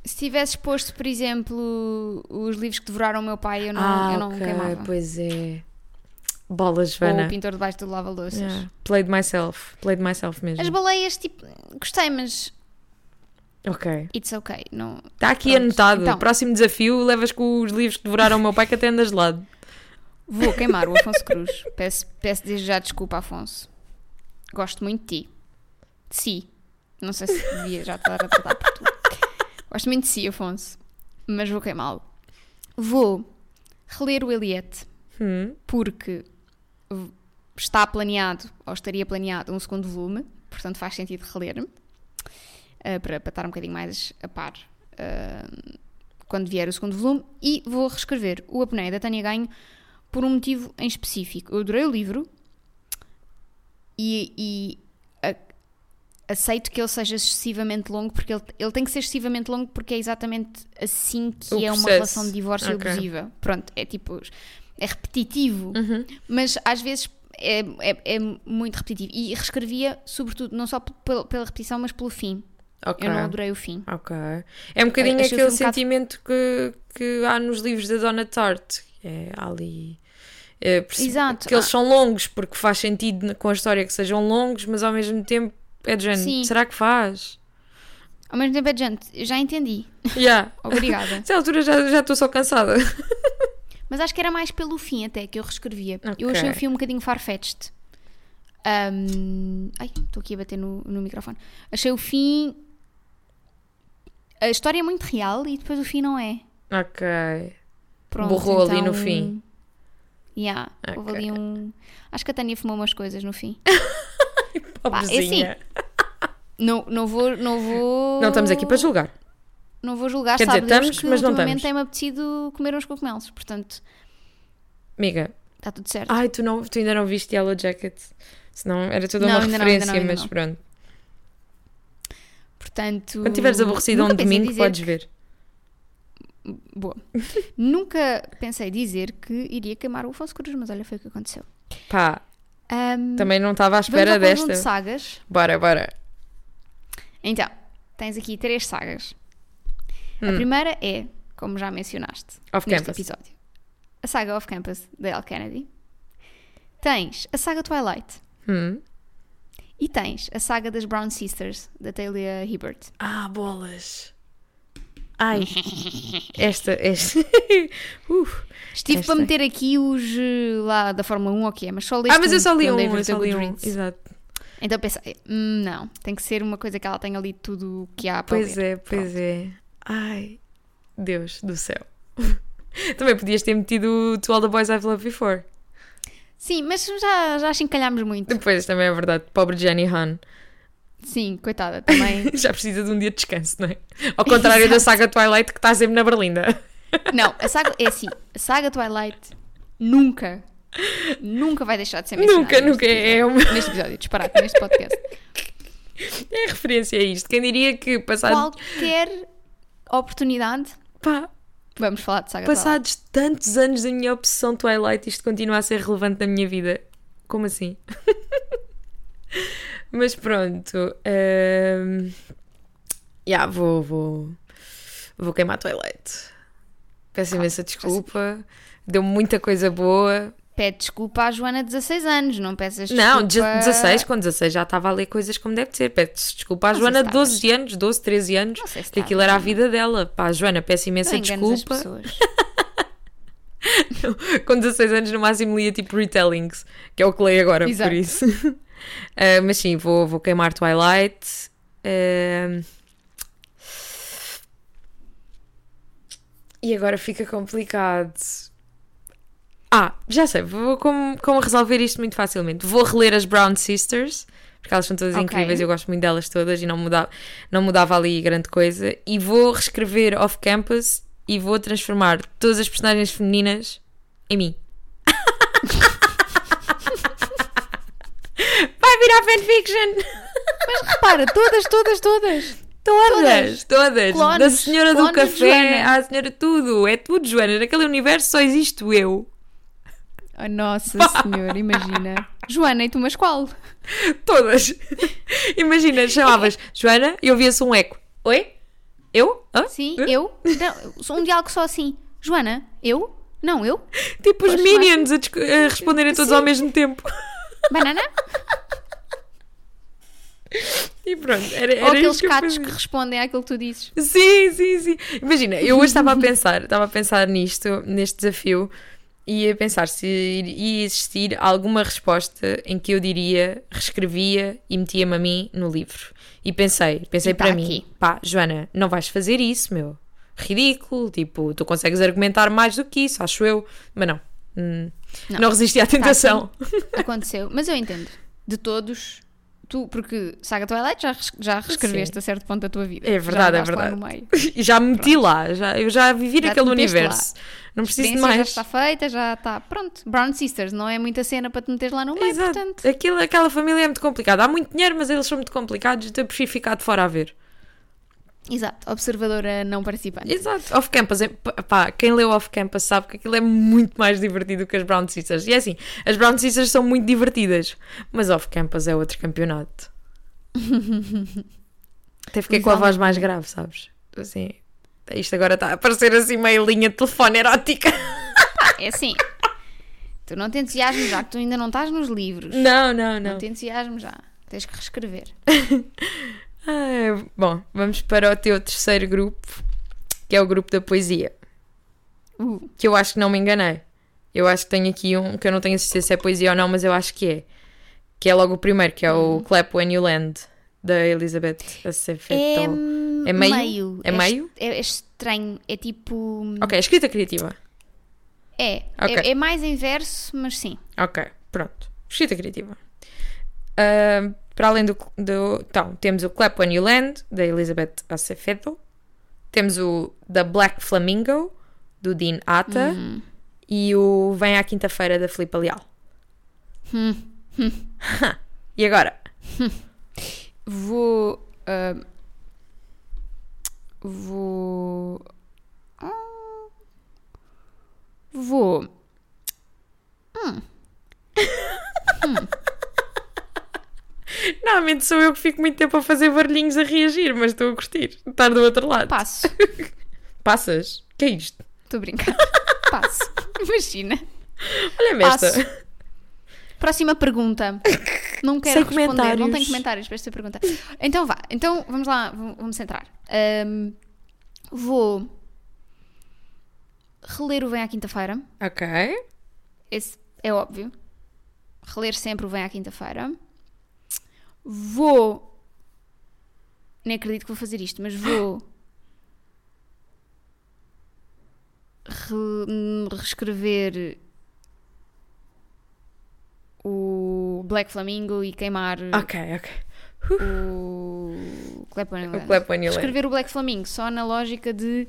[SPEAKER 1] Se tivesse posto, por exemplo, os livros que devoraram o meu pai, eu não, eu não queimava.
[SPEAKER 2] Ah, pois é. Bolas,
[SPEAKER 1] Ou o
[SPEAKER 2] Joana.
[SPEAKER 1] pintor debaixo do lava-louças.
[SPEAKER 2] Yeah. Played myself. Played myself mesmo.
[SPEAKER 1] As baleias, tipo, gostei, mas
[SPEAKER 2] Ok.
[SPEAKER 1] it's okay. Não...
[SPEAKER 2] Está Tá aqui
[SPEAKER 1] Pronto,
[SPEAKER 2] anotado.
[SPEAKER 1] então.
[SPEAKER 2] Próximo desafio, levas com os livros que devoraram o meu pai que até andas de lado.
[SPEAKER 1] Vou queimar o Afonso Cruz. Peço, peço desde já desculpa, Afonso. Gosto muito de ti. De si. Não sei se devia já estar a tratar por tu. Gosto muito de si, Afonso. Mas vou queimá-lo. Vou reler o Eliette.
[SPEAKER 2] Hum.
[SPEAKER 1] porque v- está planeado, ou estaria planeado, um segundo volume, portanto faz sentido reler-me, eh, para, para estar um bocadinho mais a par eh, quando vier o segundo volume, e vou reescrever o Apneia da Tânia Ganho por um motivo em específico. Eu adorei o livro e, e a- aceito que ele seja excessivamente longo, porque ele, ele tem que ser excessivamente longo porque é exatamente assim que
[SPEAKER 2] O
[SPEAKER 1] é uma
[SPEAKER 2] processo.
[SPEAKER 1] relação de divórcio
[SPEAKER 2] Ok.
[SPEAKER 1] abusiva. Pronto, é tipo, é repetitivo,
[SPEAKER 2] Uhum.
[SPEAKER 1] mas às vezes é, é- é muito repetitivo. E reescrevia, sobretudo, não só p- pela, pela repetição, mas pelo fim.
[SPEAKER 2] Ok.
[SPEAKER 1] Eu não adorei o fim.
[SPEAKER 2] Ok. É um bocadinho
[SPEAKER 1] Achei o filme
[SPEAKER 2] aquele
[SPEAKER 1] um bocado-
[SPEAKER 2] sentimento que, que há nos livros da Donna Tartt. É, há ali. é, perce-
[SPEAKER 1] Exato. Ah.
[SPEAKER 2] Que eles são longos, porque faz sentido com a história que sejam longos, mas ao mesmo tempo é de género.
[SPEAKER 1] Sim.
[SPEAKER 2] Será que faz?
[SPEAKER 1] Ao mesmo tempo, é de gente, eu já entendi.
[SPEAKER 2] Yeah.
[SPEAKER 1] Obrigada.
[SPEAKER 2] Nessa altura já já estou só cansada.
[SPEAKER 1] mas acho que era mais pelo fim até que eu reescrevia. Eu
[SPEAKER 2] Ok.
[SPEAKER 1] achei o fim um bocadinho farfetched. Ahm, ai, estou aqui a bater no, no microfone. Achei o fim. A história é muito real e depois o fim não é.
[SPEAKER 2] Ok.
[SPEAKER 1] Pronto,
[SPEAKER 2] Borrou ali no
[SPEAKER 1] então-
[SPEAKER 2] fim.
[SPEAKER 1] Yeah, houve
[SPEAKER 2] Ok.
[SPEAKER 1] ali um. Acho que a Tânia fumou umas coisas no fim. é assim,
[SPEAKER 2] Pobrezinha.
[SPEAKER 1] Não, não vou, não vou.
[SPEAKER 2] Não estamos aqui para julgar.
[SPEAKER 1] Não vou julgar,
[SPEAKER 2] Quer
[SPEAKER 1] sabe
[SPEAKER 2] dizer,
[SPEAKER 1] Deus
[SPEAKER 2] estamos,
[SPEAKER 1] que
[SPEAKER 2] mas não
[SPEAKER 1] ultimamente
[SPEAKER 2] estamos.
[SPEAKER 1] tem-me apetecido comer uns cogumelos, portanto,
[SPEAKER 2] Amiga,
[SPEAKER 1] está tudo certo.
[SPEAKER 2] ai, tu, não, tu ainda não viste Yellow Jacket. Senão era toda
[SPEAKER 1] Não,
[SPEAKER 2] uma
[SPEAKER 1] ainda não, ainda
[SPEAKER 2] referência,
[SPEAKER 1] não, ainda
[SPEAKER 2] mas
[SPEAKER 1] não.
[SPEAKER 2] pronto.
[SPEAKER 1] Portanto,
[SPEAKER 2] Quando tiveres aborrecido um
[SPEAKER 1] nunca pensei
[SPEAKER 2] domingo,
[SPEAKER 1] dizer-
[SPEAKER 2] podes ver.
[SPEAKER 1] Boa. nunca pensei dizer que iria queimar o Afonso Cruz, mas olha, foi o que aconteceu.
[SPEAKER 2] Pá,
[SPEAKER 1] Ahm,
[SPEAKER 2] também não estava à
[SPEAKER 1] vamos
[SPEAKER 2] Então, espera
[SPEAKER 1] ao conjunto
[SPEAKER 2] desta.
[SPEAKER 1] de sagas.
[SPEAKER 2] Bora, bora.
[SPEAKER 1] Então, tens aqui três sagas. A
[SPEAKER 2] Hum.
[SPEAKER 1] primeira é, como já mencionaste
[SPEAKER 2] Off
[SPEAKER 1] neste
[SPEAKER 2] campus.
[SPEAKER 1] episódio, a saga Off Campus da L. Kennedy. Tens a saga Twilight.
[SPEAKER 2] Hum.
[SPEAKER 1] E tens a saga das Brown Sisters, da Talia Hibbert.
[SPEAKER 2] Ah, bolas. Ai. Esta, esta. Uf.
[SPEAKER 1] Estive
[SPEAKER 2] Esta.
[SPEAKER 1] para meter aqui os eh, lá da Fórmula 1 ou o que é, mas só leste
[SPEAKER 2] Ah, mas eu só li
[SPEAKER 1] não
[SPEAKER 2] um,
[SPEAKER 1] dei
[SPEAKER 2] eu
[SPEAKER 1] ver o
[SPEAKER 2] só
[SPEAKER 1] teu
[SPEAKER 2] li um.
[SPEAKER 1] Goodreads.
[SPEAKER 2] Exato.
[SPEAKER 1] Então pensei, hum, não, tem que ser uma coisa que ela tenha lido tudo o que há para
[SPEAKER 2] Pois
[SPEAKER 1] ler.
[SPEAKER 2] é, pois é. Ai, Deus do céu. Também podias ter metido To All the Boys I've Loved Before.
[SPEAKER 1] Sim, mas já, já chincalhámos muito.
[SPEAKER 2] Depois também é verdade, pobre Jenny Han.
[SPEAKER 1] Sim, coitada, também.
[SPEAKER 2] Já precisa de um dia de descanso, não é? Ao contrário da
[SPEAKER 1] Exato.
[SPEAKER 2] saga Twilight que está sempre na Berlinda.
[SPEAKER 1] não, a saga, é assim, a saga Twilight nunca, nunca vai deixar de ser mencionada.
[SPEAKER 2] Nunca,
[SPEAKER 1] neste
[SPEAKER 2] nunca. É, uma...
[SPEAKER 1] episódio- Neste episódio, disparate, neste podcast.
[SPEAKER 2] é referência a isto. Quem diria que passado.
[SPEAKER 1] Qualquer oportunidade,
[SPEAKER 2] Pá,
[SPEAKER 1] vamos falar de
[SPEAKER 2] É
[SPEAKER 1] saga Twilight.
[SPEAKER 2] Passados tantos anos da minha obsessão Twilight, isto continua a ser relevante na minha vida. Como assim? Mas pronto. hum, Já, vou, vou. Vou queimar Twilight. Ah, Peço
[SPEAKER 1] Ok,
[SPEAKER 2] imensa desculpa. Deu muita coisa boa.
[SPEAKER 1] Pede desculpa à Joana de 16 anos, não peças desculpa...
[SPEAKER 2] Não, de- 16, com 16 já estava a ler coisas como deve ser. Peço desculpa à
[SPEAKER 1] Não sei
[SPEAKER 2] Joana
[SPEAKER 1] se
[SPEAKER 2] de 12 anos, 12, 13 anos.
[SPEAKER 1] Não sei se
[SPEAKER 2] Que aquilo era a vida dela. Pá, Joana, peço imensa
[SPEAKER 1] Não enganas as
[SPEAKER 2] desculpa.
[SPEAKER 1] pessoas.
[SPEAKER 2] Com 16 anos no máximo lia tipo retellings, que é o que leio agora, por
[SPEAKER 1] Exato.
[SPEAKER 2] isso. Ah, mas sim, vou, vou queimar Twilight. Ah, E agora fica complicado. Ah, já sei, vou como, como resolver isto muito facilmente. Vou reler as Brown Sisters, porque elas são todas
[SPEAKER 1] Ok.
[SPEAKER 2] incríveis, eu gosto muito delas todas e não mudava, não mudava ali grande coisa. E vou reescrever Off Campus e vou transformar todas as personagens femininas em mim. Vai virar fanfiction!
[SPEAKER 1] Mas repara, todas, todas, todas.
[SPEAKER 2] Todas, todas.
[SPEAKER 1] Clones,
[SPEAKER 2] da senhora do
[SPEAKER 1] clones,
[SPEAKER 2] café
[SPEAKER 1] Joana.
[SPEAKER 2] à senhora tudo. É tudo, Joana. Naquele universo só existo eu.
[SPEAKER 1] Oh, nossa senhora, imagina. Joana, e tu, mas qual?
[SPEAKER 2] Todas. Imagina, chamavas Joana e ouvia-se um eco. Oi? Eu? Hã?
[SPEAKER 1] Sim,
[SPEAKER 2] Hã?
[SPEAKER 1] eu? Não, só um diálogo só assim. Joana, eu? Não, eu?
[SPEAKER 2] Tipo os
[SPEAKER 1] Pois,
[SPEAKER 2] Minions a, discu- a responderem todos ao mesmo tempo.
[SPEAKER 1] Banana?
[SPEAKER 2] E pronto, era,
[SPEAKER 1] Ou
[SPEAKER 2] era
[SPEAKER 1] aqueles
[SPEAKER 2] isto que eu
[SPEAKER 1] catos
[SPEAKER 2] fazia.
[SPEAKER 1] que respondem àquilo que tu dizes.
[SPEAKER 2] Sim, sim, sim. Imagina, eu hoje estava a pensar, estava a pensar nisto, neste desafio, e a pensar se ia existir alguma resposta em que eu diria, reescrevia e metia-me a mim no livro. E pensei, pensei
[SPEAKER 1] E tá
[SPEAKER 2] para mim,
[SPEAKER 1] aqui.
[SPEAKER 2] pá, Joana, não vais fazer isso, meu. Ridículo, tipo, tu consegues argumentar mais do que isso, acho eu, mas não. Hum, não.
[SPEAKER 1] Não.
[SPEAKER 2] resisti à tentação.
[SPEAKER 1] Aconteceu. Mas eu entendo. De todos, tu, porque Saga Twilight já, res- já reescreveste a certo ponto da tua vida.
[SPEAKER 2] É
[SPEAKER 1] Já
[SPEAKER 2] verdade, é
[SPEAKER 1] andaste lá
[SPEAKER 2] verdade.
[SPEAKER 1] no meio.
[SPEAKER 2] E já me meti lá, já, eu já vivi
[SPEAKER 1] Já te
[SPEAKER 2] naquele
[SPEAKER 1] meteste lá.
[SPEAKER 2] universo. Não preciso de
[SPEAKER 1] experiência já
[SPEAKER 2] mais.
[SPEAKER 1] está feita, já está. Pronto. Brown Sisters não é muita cena para te meter lá no meio,
[SPEAKER 2] Exato.
[SPEAKER 1] portanto.
[SPEAKER 2] é, Aquilo, aquela família é muito complicada. Há muito dinheiro, mas eles são muito complicados. Então eu prefiro ficar de fora a ver.
[SPEAKER 1] Exato. Observadora não participante.
[SPEAKER 2] Exato. Off-campus, é- pá, pá, quem leu Off-campus sabe que aquilo é muito mais divertido que as Brown Sisters. E é assim, as Brown Sisters são muito divertidas, mas Off-campus é outro campeonato. Até fiquei com a voz mais grave, sabes? Assim, isto agora está a parecer assim meio linha de telefone erótica.
[SPEAKER 1] É assim. Tu não te entusiasmes já, que tu ainda não estás nos livros.
[SPEAKER 2] Não, não,
[SPEAKER 1] Não
[SPEAKER 2] não.
[SPEAKER 1] te entusiasmes já. Tens que reescrever.
[SPEAKER 2] Ah, bom, vamos para o teu terceiro grupo, que é o grupo da poesia.
[SPEAKER 1] Uh,
[SPEAKER 2] que eu acho que não me enganei. Eu acho que tenho aqui um que eu não tenho certeza se é poesia ou não, mas eu acho que é. Que é logo o primeiro, que é o Clap When You Land, da Elizabeth
[SPEAKER 1] é,
[SPEAKER 2] Acevedo. É meio? É
[SPEAKER 1] est-
[SPEAKER 2] meio?
[SPEAKER 1] É, é estranho. É tipo.
[SPEAKER 2] Ok, escrita criativa.
[SPEAKER 1] É,
[SPEAKER 2] Ok.
[SPEAKER 1] é. É mais em verso, mas sim.
[SPEAKER 2] Ok, pronto. Escrita criativa. Ah, para além do, do- Então, temos o Clap When You Land, da Elizabeth Acevedo. Temos o The Black Flamingo, do Dean Atta. E o Vem à Quinta-feira, da Filipa Leal. e agora?
[SPEAKER 1] Vou. ah, vou. Ah, vou.
[SPEAKER 2] Normalmente sou eu que fico muito tempo a fazer barulhinhos a reagir, mas estou a curtir. Estar do outro lado.
[SPEAKER 1] Passo.
[SPEAKER 2] Passas? Que é isto?
[SPEAKER 1] Estou a brincar. Passo. Imagina.
[SPEAKER 2] Olha-me
[SPEAKER 1] Passo.
[SPEAKER 2] esta.
[SPEAKER 1] Próxima pergunta. Não quero
[SPEAKER 2] Sem
[SPEAKER 1] responder, não
[SPEAKER 2] comentários.
[SPEAKER 1] tenho comentários para esta pergunta. Então vá, então vamos lá, v- vamos centrar. Ahm, vou reler o Vem à Quinta-feira,
[SPEAKER 2] Ok.
[SPEAKER 1] esse é óbvio. Reler sempre o Vem à Quinta-feira. Vou. Nem acredito que vou fazer isto, mas vou. re- hum, reescrever o Black Flamingo e queimar
[SPEAKER 2] Ok, ok.
[SPEAKER 1] o Clap When You
[SPEAKER 2] Ah. O
[SPEAKER 1] Land.
[SPEAKER 2] Clap When You Land.
[SPEAKER 1] Escrever o Black Flamingo só na lógica de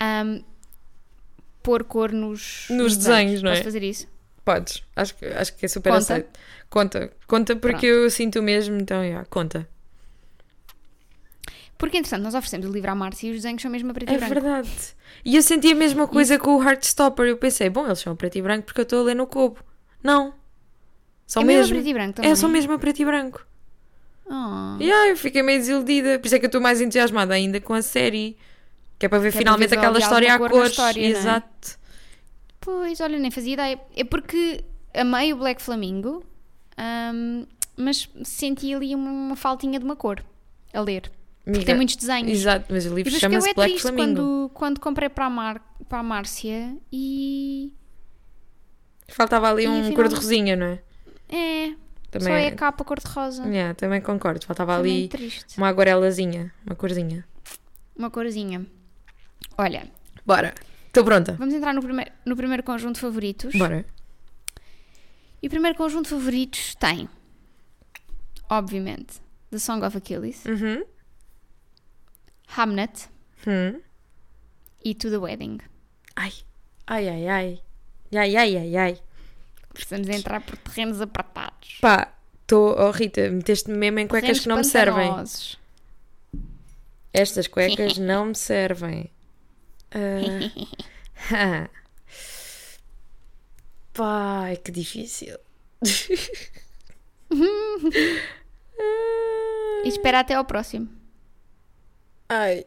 [SPEAKER 1] ahm, pôr cor nos,
[SPEAKER 2] Nos desenhos, não é?
[SPEAKER 1] Posso fazer isso?
[SPEAKER 2] Podes. Acho que, acho que é super
[SPEAKER 1] Conta.
[SPEAKER 2] aceito. Conta. Conta porque eu sinto o mesmo, então, yeah, conta.
[SPEAKER 1] Porque, entretanto, nós oferecemos o livro à Márcia e os desenhos são mesmo a preto
[SPEAKER 2] É
[SPEAKER 1] e branco.
[SPEAKER 2] verdade. E eu senti a mesma coisa com o Heartstopper. Eu pensei, bom, eles são a preto e branco porque eu estou a ler no cubo. Não. São
[SPEAKER 1] É mesmo a
[SPEAKER 2] mesmo.
[SPEAKER 1] preto e branco também.
[SPEAKER 2] é, são mesmo a preto e branco.
[SPEAKER 1] Oh.
[SPEAKER 2] Yeah, eu fiquei meio desiludida. Por isso é que eu estou mais entusiasmada ainda com a série. Que é para ver
[SPEAKER 1] Que é
[SPEAKER 2] finalmente
[SPEAKER 1] para ver
[SPEAKER 2] aquela
[SPEAKER 1] ali alguma
[SPEAKER 2] história a
[SPEAKER 1] cor na
[SPEAKER 2] cores.
[SPEAKER 1] história, não é?
[SPEAKER 2] Exato.
[SPEAKER 1] Pois, olha, nem fazia ideia. É porque amei o Black Flamingo, ahm, mas senti ali uma, uma faltinha de uma cor a ler. Porque
[SPEAKER 2] Amiga,
[SPEAKER 1] tem muitos desenhos.
[SPEAKER 2] Exato, mas o livro
[SPEAKER 1] E depois fiquei
[SPEAKER 2] chama-se
[SPEAKER 1] bem
[SPEAKER 2] Black
[SPEAKER 1] triste
[SPEAKER 2] Flamingo.
[SPEAKER 1] quando, quando comprei para a, Mar, para a Márcia e.
[SPEAKER 2] Faltava ali
[SPEAKER 1] E
[SPEAKER 2] um
[SPEAKER 1] afinal-
[SPEAKER 2] cor de rosinha, não é?
[SPEAKER 1] É.
[SPEAKER 2] Também,
[SPEAKER 1] Só é a capa cor-de-rosa.
[SPEAKER 2] Yeah, também concordo. Faltava
[SPEAKER 1] Também
[SPEAKER 2] ali
[SPEAKER 1] triste.
[SPEAKER 2] uma aguarelazinha, uma corzinha.
[SPEAKER 1] Uma corzinha. Olha,
[SPEAKER 2] Bora. Estou pronta.
[SPEAKER 1] vamos entrar no primeiro, no primeiro conjunto de favoritos.
[SPEAKER 2] Bora.
[SPEAKER 1] E o primeiro conjunto de favoritos tem, obviamente, The Song of Achilles,
[SPEAKER 2] Uhum.
[SPEAKER 1] Hamnet
[SPEAKER 2] Hum.
[SPEAKER 1] e To The Wedding.
[SPEAKER 2] Ai. Ai, ai, ai. Ai, ai, ai, ai.
[SPEAKER 1] Precisamos entrar por terrenos apertados.
[SPEAKER 2] Pá, estou. Oh, Rita, meteste-me mesmo em cuecas
[SPEAKER 1] terrenos
[SPEAKER 2] que não me servem.
[SPEAKER 1] pantanosos.
[SPEAKER 2] Estas cuecas não me servem. Ah. Pai, que difícil.
[SPEAKER 1] E espera até ao próximo.
[SPEAKER 2] Ai,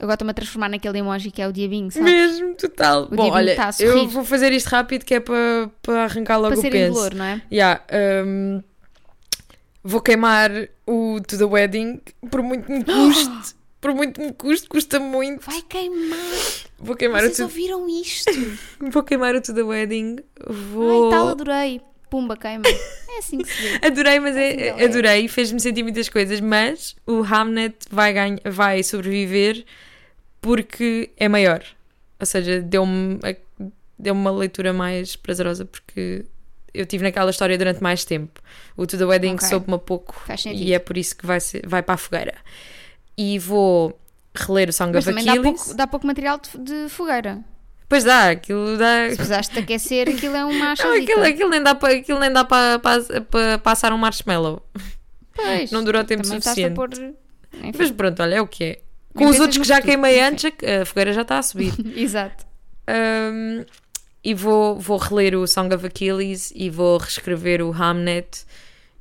[SPEAKER 1] Agora estou-me a transformar naquele emoji que é o diabinho, sabe?
[SPEAKER 2] mesmo, total. Bom,
[SPEAKER 1] Diogo
[SPEAKER 2] olha,
[SPEAKER 1] está tá a sorrir.
[SPEAKER 2] eu vou fazer isto rápido que é para para arrancar logo
[SPEAKER 1] Para
[SPEAKER 2] o
[SPEAKER 1] ser
[SPEAKER 2] penso.
[SPEAKER 1] indolor, não é?
[SPEAKER 2] Yeah, hum, vou queimar o To The Wedding por muito que me custe. por muito que me custe, custa muito.
[SPEAKER 1] Vai queimar!
[SPEAKER 2] Vou queimar, o
[SPEAKER 1] Vocês
[SPEAKER 2] to,
[SPEAKER 1] ouviram isto?
[SPEAKER 2] vou queimar o To The Wedding.
[SPEAKER 1] Ai, tá
[SPEAKER 2] Vou...
[SPEAKER 1] tal, adorei. Pumba, queima. É assim que se vê.
[SPEAKER 2] Adorei, mas é-
[SPEAKER 1] Assim não é.
[SPEAKER 2] adorei, fez-me sentir muitas coisas, mas o Hamnet vai, ganha, vai sobreviver porque é maior. Ou seja, deu-me deu uma leitura mais prazerosa porque eu tive naquela história durante mais tempo. O To The Wedding
[SPEAKER 1] Ok.
[SPEAKER 2] soube-me a pouco
[SPEAKER 1] Faz sentido.
[SPEAKER 2] e é por isso que vai, ser- vai para a fogueira. E vou reler o Song
[SPEAKER 1] Mas
[SPEAKER 2] of
[SPEAKER 1] também dá
[SPEAKER 2] Achilles.
[SPEAKER 1] pouco, dá pouco material de, de fogueira.
[SPEAKER 2] Pois dá, aquilo dá.
[SPEAKER 1] Se precisaste de aquecer, aquilo é uma
[SPEAKER 2] Não,
[SPEAKER 1] achadita.
[SPEAKER 2] aquilo, aquilo nem dá para aquilo nem dá para- para- para passar um marshmallow.
[SPEAKER 1] Pois,
[SPEAKER 2] não durou tempo
[SPEAKER 1] também
[SPEAKER 2] suficiente.
[SPEAKER 1] Estás a pôr... Enfim,
[SPEAKER 2] Mas pronto, olha, é o que é. Com
[SPEAKER 1] Mas
[SPEAKER 2] os outros
[SPEAKER 1] pensas
[SPEAKER 2] que já
[SPEAKER 1] no futuro,
[SPEAKER 2] queimei
[SPEAKER 1] enfim.
[SPEAKER 2] antes, a a fogueira já está a subir.
[SPEAKER 1] Exato.
[SPEAKER 2] Hum, e vou, vou reler o Song of Achilles e vou reescrever o Hamnet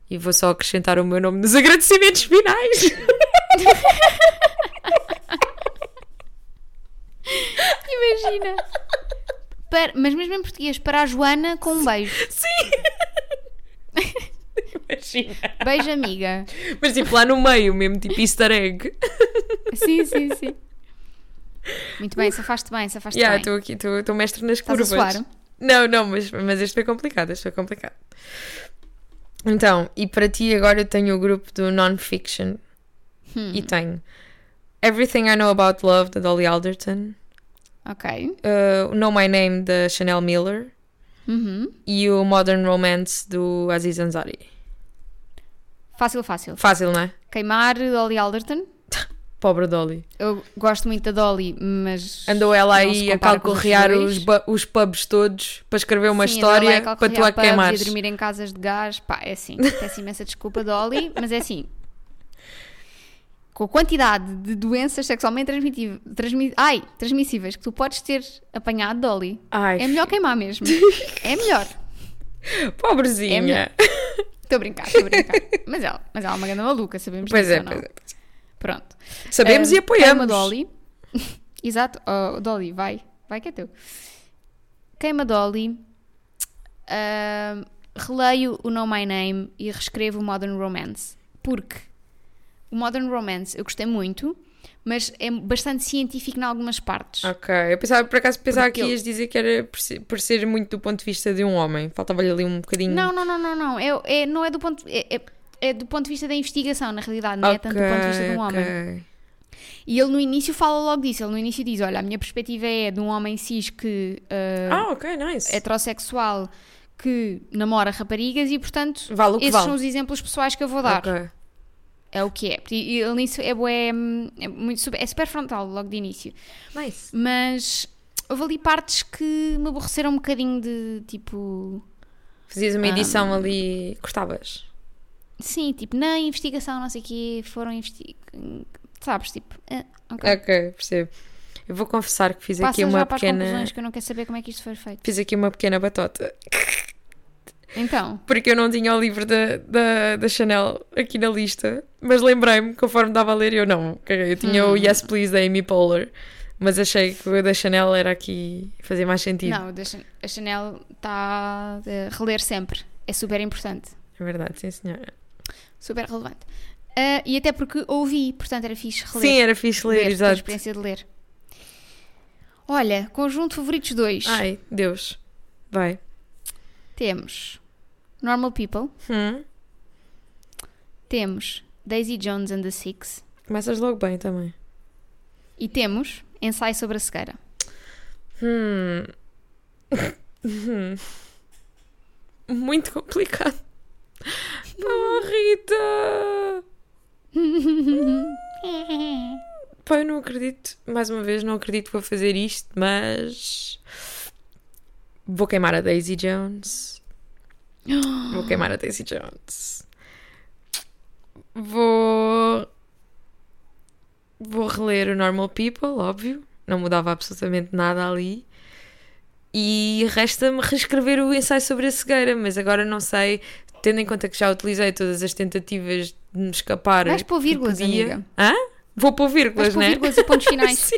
[SPEAKER 2] e vou só acrescentar o meu nome nos agradecimentos finais.
[SPEAKER 1] Imagina. Para- mas mesmo em português, para a Joana com um beijo.
[SPEAKER 2] Imagina.
[SPEAKER 1] Beijo, amiga.
[SPEAKER 2] Mas tipo lá no meio, mesmo tipo easter egg.
[SPEAKER 1] Sim, sim, sim. Muito bem, safaste bem, safaste
[SPEAKER 2] Yeah,
[SPEAKER 1] bem.
[SPEAKER 2] Estou aqui, estou estou mestre nas
[SPEAKER 1] Estás a
[SPEAKER 2] curvas.
[SPEAKER 1] suar?
[SPEAKER 2] Não, não, mas, mas este foi complicado, este foi complicado. Então, e para ti agora eu tenho o grupo do non-fiction.
[SPEAKER 1] Hum, Uhum.
[SPEAKER 2] E tenho Everything I Know About Love, da Dolly Alderton,
[SPEAKER 1] Ok.
[SPEAKER 2] uh, Know My Name, da Chanel Miller
[SPEAKER 1] Uhum.
[SPEAKER 2] e o Modern Romance, do Aziz Ansari.
[SPEAKER 1] Fácil, fácil.
[SPEAKER 2] Fácil, não é?
[SPEAKER 1] Queimar Dolly Alderton.
[SPEAKER 2] Pobre Dolly.
[SPEAKER 1] Eu gosto muito da Dolly, mas.
[SPEAKER 2] Andou ela
[SPEAKER 1] não se
[SPEAKER 2] aí a
[SPEAKER 1] compara com os
[SPEAKER 2] calcorrear
[SPEAKER 1] dois.
[SPEAKER 2] os, ba- os pubs todos para escrever É uma
[SPEAKER 1] Sim, andou lá
[SPEAKER 2] história
[SPEAKER 1] a
[SPEAKER 2] para tu
[SPEAKER 1] calcorrear
[SPEAKER 2] a
[SPEAKER 1] pubs
[SPEAKER 2] queimares.
[SPEAKER 1] E a dormir em casas de gás. Pá, é assim. Peço imensa desculpa, Dolly, mas é assim. Com a quantidade de doenças sexualmente transmitiv- transmi- ai, transmissíveis que tu podes ter apanhado, Dolly,
[SPEAKER 2] Ai,
[SPEAKER 1] é melhor queimar mesmo. É melhor. É
[SPEAKER 2] pobrezinha.
[SPEAKER 1] melhor. Estou a brincar, estou a brincar. Mas ela, mas ela é uma grande maluca, sabemos
[SPEAKER 2] Pois
[SPEAKER 1] disso
[SPEAKER 2] é,
[SPEAKER 1] ou não.
[SPEAKER 2] pois é.
[SPEAKER 1] Pronto.
[SPEAKER 2] Sabemos
[SPEAKER 1] Ah,
[SPEAKER 2] e apoiamos.
[SPEAKER 1] Queima Dolly. Exato. Oh, Dolly, vai. Vai que é teu. Queima Dolly. Ah, releio o Know My Name e reescrevo o Modern Romance. Porque o Modern Romance eu gostei muito, mas é bastante científico em algumas partes.
[SPEAKER 2] Ok, eu pensava, por acaso pensava
[SPEAKER 1] Porque
[SPEAKER 2] que
[SPEAKER 1] eu-
[SPEAKER 2] ias dizer que era por ser, por ser muito do ponto de vista de um homem. Faltava-lhe ali um bocadinho.
[SPEAKER 1] Não, não, não, não, não. É, é- não é do ponto... É, é- é do ponto de vista da investigação, na realidade, não é tanto do ponto de vista de um
[SPEAKER 2] Ok,
[SPEAKER 1] homem.
[SPEAKER 2] ok.
[SPEAKER 1] E ele no início fala logo disso. Ele no início diz: Olha, a minha perspectiva é de um homem cis que ah,
[SPEAKER 2] Ah, ok, nice.
[SPEAKER 1] heterossexual que namora raparigas e, portanto,
[SPEAKER 2] Vale o que
[SPEAKER 1] É- esses
[SPEAKER 2] vale.
[SPEAKER 1] são os exemplos pessoais que eu vou dar.
[SPEAKER 2] Ok.
[SPEAKER 1] É o que é. E ele nisso é, bué, hum, é, muito, sub- é super frontal logo de início.
[SPEAKER 2] Nice.
[SPEAKER 1] Mas houve ali partes que me aborreceram um bocadinho de tipo.
[SPEAKER 2] Fazias
[SPEAKER 1] Ah.
[SPEAKER 2] uma edição ali. Cortavas.
[SPEAKER 1] Sim, tipo, na investigação, não sei o quê, foram investigar. Sabes, tipo. ah, ok.
[SPEAKER 2] Ok, percebo. Eu vou confessar que fiz aqui
[SPEAKER 1] Passa já
[SPEAKER 2] uma
[SPEAKER 1] para as
[SPEAKER 2] pequena.
[SPEAKER 1] conclusões que eu não quero saber como é que isto foi feito.
[SPEAKER 2] Fiz aqui uma pequena batota.
[SPEAKER 1] Então,
[SPEAKER 2] Porque eu não tinha o livro da, da, da Chanel aqui na lista. Mas lembrei-me, conforme dava a ler, eu não. caguei. Eu tinha
[SPEAKER 1] Hum.
[SPEAKER 2] o Yes Please da Amy Poehler. Mas achei que o da Chanel era aqui. fazia mais sentido.
[SPEAKER 1] não, da Chan- a Chanel está a reler sempre. É super importante.
[SPEAKER 2] É verdade, sim, senhora.
[SPEAKER 1] super relevante. Ah, e até porque ouvi, portanto era fixe reler.
[SPEAKER 2] Sim, era fixe ler,
[SPEAKER 1] ter a
[SPEAKER 2] exato.
[SPEAKER 1] experiência de ler. Olha, conjunto favoritos 2.
[SPEAKER 2] Ai, Deus. Vai.
[SPEAKER 1] Temos Normal People.
[SPEAKER 2] Hum.
[SPEAKER 1] Temos Daisy Jones and the Six.
[SPEAKER 2] Começas logo bem também.
[SPEAKER 1] E temos Ensaio sobre a Cegueira.
[SPEAKER 2] Hum. Hum. Muito complicado. Tá Pá, Rita! Pá, eu não acredito, mais uma vez, não acredito que vou fazer isto, mas. Vou queimar a Daisy Jones. Vou queimar a Daisy Jones. Vou. Vou reler o Normal People, óbvio. Não mudava absolutamente nada ali. E resta-me reescrever o ensaio sobre a cegueira, mas agora não sei, tendo em conta que já utilizei todas as tentativas de me escapar.
[SPEAKER 1] Vais pôr
[SPEAKER 2] que
[SPEAKER 1] vírgulas,
[SPEAKER 2] podia.
[SPEAKER 1] amiga.
[SPEAKER 2] Hã? Vou pôr
[SPEAKER 1] Vais
[SPEAKER 2] vírgulas,
[SPEAKER 1] pôr
[SPEAKER 2] né?
[SPEAKER 1] vírgulas e pontos finais.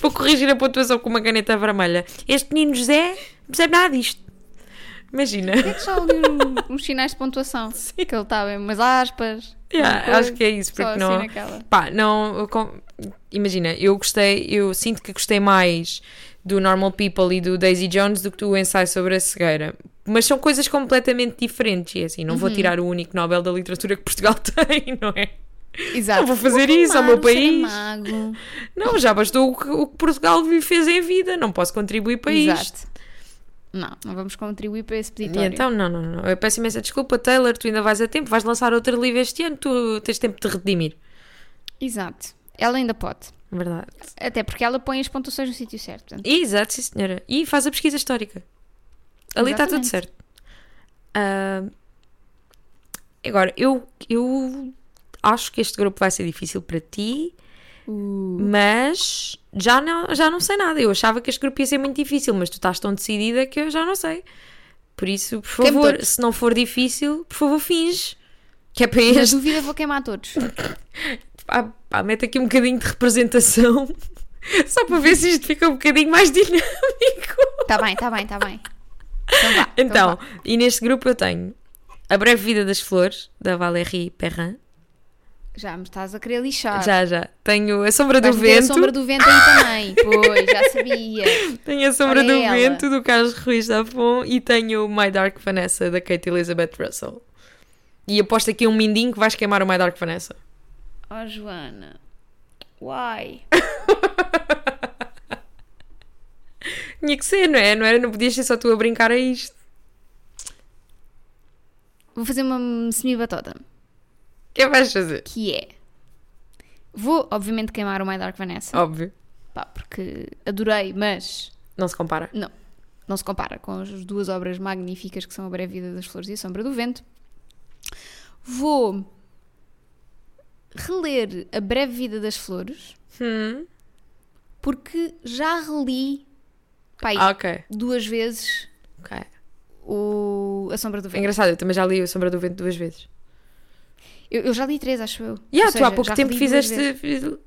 [SPEAKER 2] Vou corrigir a pontuação com uma caneta vermelha. Este menino José não percebe nada disto. Imagina.
[SPEAKER 1] Mete só ali um- uns sinais de pontuação. Que ele está bem, umas aspas.
[SPEAKER 2] Yeah,
[SPEAKER 1] uma coisa,
[SPEAKER 2] acho que é isso,
[SPEAKER 1] só
[SPEAKER 2] porque
[SPEAKER 1] assim
[SPEAKER 2] não.
[SPEAKER 1] naquela.
[SPEAKER 2] Pá, não. eu com- Imagina, eu gostei, eu sinto que gostei mais do Normal People e do Daisy Jones do que do ensaio sobre a cegueira. Mas são coisas completamente diferentes e assim, não
[SPEAKER 1] Uhum.
[SPEAKER 2] vou tirar o único Nobel da literatura que Portugal tem, não é?
[SPEAKER 1] Exato.
[SPEAKER 2] Não vou fazer isso ao
[SPEAKER 1] Mar,
[SPEAKER 2] meu
[SPEAKER 1] um ser
[SPEAKER 2] país.
[SPEAKER 1] amargo.
[SPEAKER 2] Não, já bastou o que, o que Portugal fez em vida, não posso contribuir para isto.
[SPEAKER 1] Exato. Não, não vamos contribuir para esse
[SPEAKER 2] E
[SPEAKER 1] peditório.
[SPEAKER 2] então, não, não, não. Eu peço imensa desculpa, Taylor. Tu ainda vais a tempo, vais lançar outro livro este ano, tu tens tempo de te redimir.
[SPEAKER 1] Exato. Ela ainda pode.
[SPEAKER 2] Verdade.
[SPEAKER 1] Até porque ela põe as pontuações no sítio certo. portanto.
[SPEAKER 2] Exato, sim, senhora. E faz a pesquisa histórica. Ali está tudo
[SPEAKER 1] Exatamente.
[SPEAKER 2] certo. Ah, agora, eu, eu acho que este grupo vai ser difícil para ti, mas já não, já não sei nada. Eu achava que este grupo ia ser muito difícil, mas tu estás tão decidida que eu já não sei. Por isso, por
[SPEAKER 1] Queime
[SPEAKER 2] favor,
[SPEAKER 1] todos.
[SPEAKER 2] se não for difícil, por favor, finge. Que é para
[SPEAKER 1] Na
[SPEAKER 2] este.
[SPEAKER 1] dúvida, vou queimar todos.
[SPEAKER 2] pá, pá, mete aqui um bocadinho de representação só para ver se isto fica um bocadinho mais dinâmico.
[SPEAKER 1] Está Tá bem, está bem, está bem. Então vá.
[SPEAKER 2] Então,
[SPEAKER 1] vá.
[SPEAKER 2] e neste grupo eu tenho A Breve Vida das Flores, da Valérie Perrin.
[SPEAKER 1] já me estás a querer lixar.
[SPEAKER 2] Já, já. Tenho A Sombra do
[SPEAKER 1] Ah. Vais meter
[SPEAKER 2] Vento.
[SPEAKER 1] a sombra do vento aí também. Pois, já sabia.
[SPEAKER 2] Tenho A Sombra
[SPEAKER 1] Olha
[SPEAKER 2] do
[SPEAKER 1] ela.
[SPEAKER 2] Vento, do Carlos Ruiz da Afon. E tenho My Dark Vanessa, da Kate Elizabeth Russell. E aposto aqui um mindinho que vais queimar o My Dark Vanessa.
[SPEAKER 1] Oh, Joana. Uai.
[SPEAKER 2] Tinha que ser, não é? Não, era, não podias ser só tu a brincar a isto.
[SPEAKER 1] Vou fazer uma semi-batota.
[SPEAKER 2] O que é que vais fazer?
[SPEAKER 1] Que é. Vou, obviamente, queimar o My Dark Vanessa.
[SPEAKER 2] Óbvio.
[SPEAKER 1] Pá, porque adorei, mas
[SPEAKER 2] Não se compara.
[SPEAKER 1] não se compara com as duas obras magníficas que são A Breve Vida das Flores e A Sombra do Vento. Vou reler A Breve Vida das Flores
[SPEAKER 2] Hum.
[SPEAKER 1] porque já reli pá, aí,
[SPEAKER 2] Ah, ok.
[SPEAKER 1] duas vezes
[SPEAKER 2] Ok.
[SPEAKER 1] o A Sombra do
[SPEAKER 2] É
[SPEAKER 1] Vento.
[SPEAKER 2] engraçado, eu também já li o Sombra do Vento duas vezes.
[SPEAKER 1] Eu, eu já li três, acho eu. Ou
[SPEAKER 2] Yeah, tu há
[SPEAKER 1] seja,
[SPEAKER 2] pouco
[SPEAKER 1] já
[SPEAKER 2] tempo
[SPEAKER 1] reli duas
[SPEAKER 2] fizeste.
[SPEAKER 1] vezes.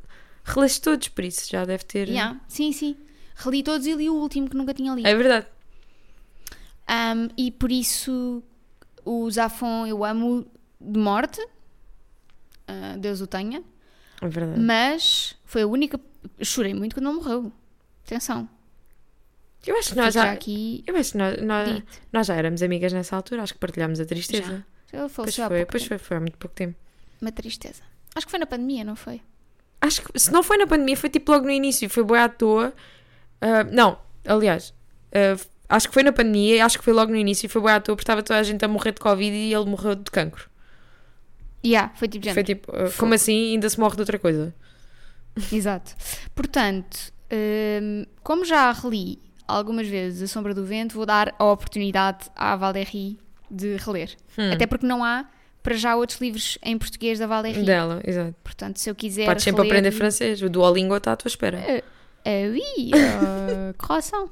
[SPEAKER 2] Releste todos, por isso já deve ter.
[SPEAKER 1] Yeah, Sim, sim. Reli todos e li o último que nunca tinha lido.
[SPEAKER 2] É verdade.
[SPEAKER 1] Um, e por isso o Zafon eu amo de morte. Ah, Deus o tenha.
[SPEAKER 2] É verdade.
[SPEAKER 1] Mas foi a única. Chorei muito quando ele morreu. Atenção.
[SPEAKER 2] Eu acho que
[SPEAKER 1] Fica
[SPEAKER 2] nós já. Ah.
[SPEAKER 1] já aqui.
[SPEAKER 2] Eu acho que nós, nós,
[SPEAKER 1] dito.
[SPEAKER 2] nós já éramos amigas nessa altura, acho que partilhámos a tristeza.
[SPEAKER 1] Ele
[SPEAKER 2] Pois
[SPEAKER 1] faleceu há
[SPEAKER 2] foi,
[SPEAKER 1] pouco
[SPEAKER 2] pois
[SPEAKER 1] tempo.
[SPEAKER 2] foi, foi há muito pouco tempo.
[SPEAKER 1] Uma tristeza. Acho que foi na pandemia, não foi?
[SPEAKER 2] Acho que se não foi na pandemia, foi tipo logo no início, foi boa à toa. Ah, não, aliás, ah, acho que foi na pandemia, acho que foi logo no início, foi boa à toa, porque estava toda a gente a morrer de Covid e ele morreu de cancro.
[SPEAKER 1] Yeah, foi tipo
[SPEAKER 2] Foi
[SPEAKER 1] gente.
[SPEAKER 2] tipo, ah, como assim ainda se morre de outra coisa? tipo-
[SPEAKER 1] Exato. Portanto, hum, como já reli algumas vezes A Sombra do Vento, vou dar a oportunidade à Valérie de reler.
[SPEAKER 2] Hum.
[SPEAKER 1] Até porque não há, para já, outros livros em português da Valérie.
[SPEAKER 2] Dela, exato.
[SPEAKER 1] Portanto, se eu quiser.
[SPEAKER 2] Podes sempre
[SPEAKER 1] reler-
[SPEAKER 2] aprender francês, o Duolingo está à tua espera.
[SPEAKER 1] Ah oui, ah, croissant.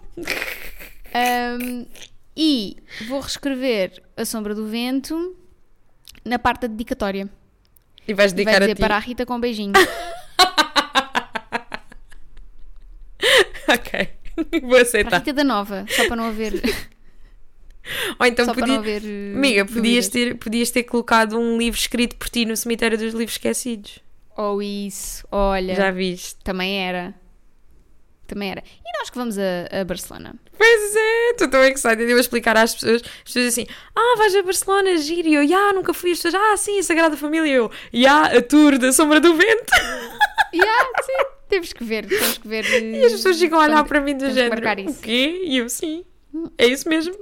[SPEAKER 1] Ahm, e vou reescrever A Sombra do Vento na parte da dedicatória.
[SPEAKER 2] E vais
[SPEAKER 1] Vai
[SPEAKER 2] dedicar a
[SPEAKER 1] dizer
[SPEAKER 2] ti.
[SPEAKER 1] para a Rita com um beijinho.
[SPEAKER 2] Ok. Vou
[SPEAKER 1] Para a
[SPEAKER 2] aceitar.
[SPEAKER 1] Rita da Nova, só para não haver.
[SPEAKER 2] Ou então
[SPEAKER 1] só para
[SPEAKER 2] podia...
[SPEAKER 1] não haver eh,
[SPEAKER 2] Amiga, podias
[SPEAKER 1] dúvidas.
[SPEAKER 2] ter, podias ter colocado um livro escrito por ti no cemitério dos livros esquecidos.
[SPEAKER 1] Ou isso, olha.
[SPEAKER 2] Já viste?
[SPEAKER 1] Também era. Também era. E nós que vamos a, a Barcelona.
[SPEAKER 2] Pois Pois é, estou tão excited. Eu vou explicar às pessoas, as pessoas assim, ah, vais a Barcelona, giro, e eu, "Ya, nunca fui. As pessoas, ah, sim, a Sagrada Família, E eu, ya, a tour da Sombra do Vento.
[SPEAKER 1] Yeah, sim. Temos que ver, temos que ver. eh,
[SPEAKER 2] E as pessoas ficam a olhar para mim do
[SPEAKER 1] temos que
[SPEAKER 2] género,
[SPEAKER 1] marcar isso. Hum.
[SPEAKER 2] o quê? E eu, sim, é isso mesmo.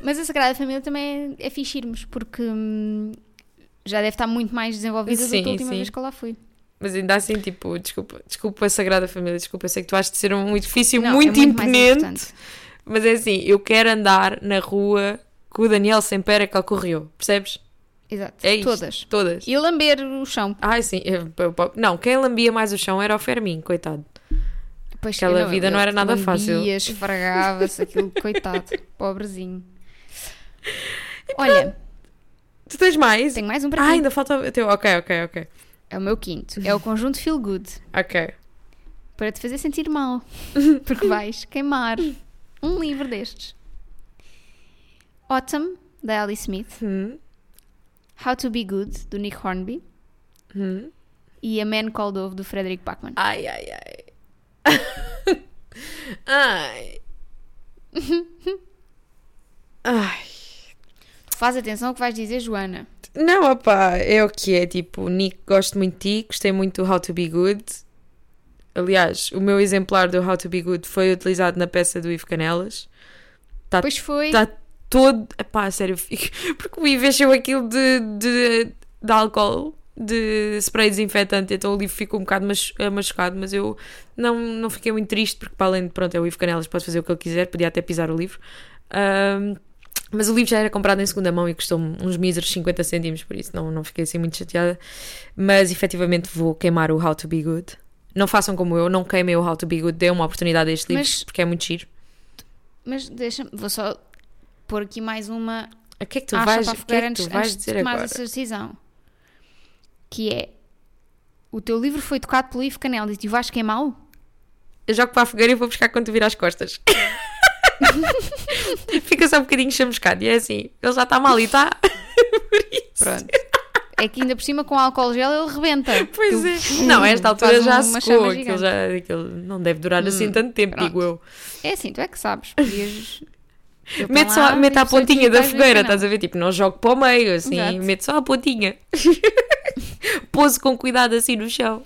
[SPEAKER 1] Mas a Sagrada Família também é fixe irmos, porque hum, já deve estar muito mais desenvolvida do que
[SPEAKER 2] Sim,
[SPEAKER 1] a última
[SPEAKER 2] sim.
[SPEAKER 1] vez que eu lá fui.
[SPEAKER 2] Mas ainda assim, tipo, desculpa, desculpa Sagrada Família, desculpa, eu sei que tu achas de ser um edifício
[SPEAKER 1] Não, é
[SPEAKER 2] muito,
[SPEAKER 1] muito mais
[SPEAKER 2] imponente,
[SPEAKER 1] importante.
[SPEAKER 2] mas é assim, eu quero andar na rua que o Daniel Sempera calcorreou, percebes?
[SPEAKER 1] Exato.
[SPEAKER 2] É isto.
[SPEAKER 1] Todas.
[SPEAKER 2] Todas.
[SPEAKER 1] E lamber o chão.
[SPEAKER 2] Ai, sim. eu- eu- eu- Não, quem lambia mais o chão era o Fermin, coitado.
[SPEAKER 1] Pois,
[SPEAKER 2] Aquela
[SPEAKER 1] eu
[SPEAKER 2] vida não
[SPEAKER 1] eu
[SPEAKER 2] era nada
[SPEAKER 1] lambia,
[SPEAKER 2] fácil.
[SPEAKER 1] esfregava-se, aquilo, coitado, pobrezinho. Olha,
[SPEAKER 2] Tu tens mais?
[SPEAKER 1] tenho mais um para
[SPEAKER 2] Ah,
[SPEAKER 1] ti.
[SPEAKER 2] ainda falta o teu. Ok, ok, ok.
[SPEAKER 1] É o meu quinto. É o conjunto Feel Good.
[SPEAKER 2] Ok.
[SPEAKER 1] Para te fazer sentir mal. Porque vais queimar um livro destes. Autumn, da Alice Smith.
[SPEAKER 2] Hum,
[SPEAKER 1] How to Be Good, do Nick Hornby.
[SPEAKER 2] hum.
[SPEAKER 1] E A Man Called Ove, do Frederick Bachman.
[SPEAKER 2] Ai, ai, ai. ai. Ai.
[SPEAKER 1] Faz atenção ao que vais dizer, Joana.
[SPEAKER 2] Não, opá, é o que é. Tipo, Nick, gosto muito de ti, gostei muito do How to Be Good. Aliás, o meu exemplar do How to Be Good foi utilizado na peça do Ivo Canelas. Tá-
[SPEAKER 1] Pois foi.
[SPEAKER 2] está todo. Epá, sério, eu fico- porque o Ives encheu aquilo de, de, de álcool, de spray desinfetante, então o livro ficou um bocado machu- eh, machucado, mas eu não, não fiquei muito triste, porque para além de, pronto, é o Ivo Canelas, pode fazer o que ele quiser, podia até pisar o livro. Ahm, mas o livro já era comprado em segunda mão e custou-me uns míseros 50 cêntimos, por isso não, não fiquei assim muito chateada. Mas efetivamente vou queimar o How to Be Good. Não façam como eu, não queimem o How to Be Good, dê uma oportunidade a este livro,
[SPEAKER 1] Mas-
[SPEAKER 2] porque é muito giro.
[SPEAKER 1] Mas deixa-me, vou só pôr aqui mais uma
[SPEAKER 2] O que é que tu
[SPEAKER 1] acha
[SPEAKER 2] vais,
[SPEAKER 1] para
[SPEAKER 2] o que é
[SPEAKER 1] fogueira
[SPEAKER 2] que
[SPEAKER 1] antes,
[SPEAKER 2] tu vais
[SPEAKER 1] antes
[SPEAKER 2] dizer
[SPEAKER 1] de tomar
[SPEAKER 2] agora?
[SPEAKER 1] essa decisão. Que é, o teu livro foi tocado pelo Ivo Canelis e vais queimá-lo?
[SPEAKER 2] Eu jogo para a fogueira e vou buscar quando tu virar as costas. Fica só um bocadinho chamuscado e é assim, ele já está mal e está.
[SPEAKER 1] Pronto. É que ainda por cima com álcool gel ele rebenta.
[SPEAKER 2] Pois
[SPEAKER 1] Aquilo-
[SPEAKER 2] é. Não, a esta altura
[SPEAKER 1] faz
[SPEAKER 2] já
[SPEAKER 1] uma
[SPEAKER 2] secou.
[SPEAKER 1] chama
[SPEAKER 2] Aquilo
[SPEAKER 1] gigante. Hum,
[SPEAKER 2] já, aquilo não deve durar assim tanto tempo,
[SPEAKER 1] pronto.
[SPEAKER 2] digo eu.
[SPEAKER 1] É assim, tu é que sabes. Podias... Aquilo
[SPEAKER 2] Mete,
[SPEAKER 1] tá
[SPEAKER 2] só,
[SPEAKER 1] lá,
[SPEAKER 2] mete
[SPEAKER 1] e
[SPEAKER 2] a
[SPEAKER 1] pessoa
[SPEAKER 2] pontinha da
[SPEAKER 1] diz, "Vais ver
[SPEAKER 2] fogueira,
[SPEAKER 1] que não."
[SPEAKER 2] estás a ver? Tipo, não jogo para o meio, assim,
[SPEAKER 1] Exato.
[SPEAKER 2] mete só a pontinha. Pouso com cuidado assim no chão.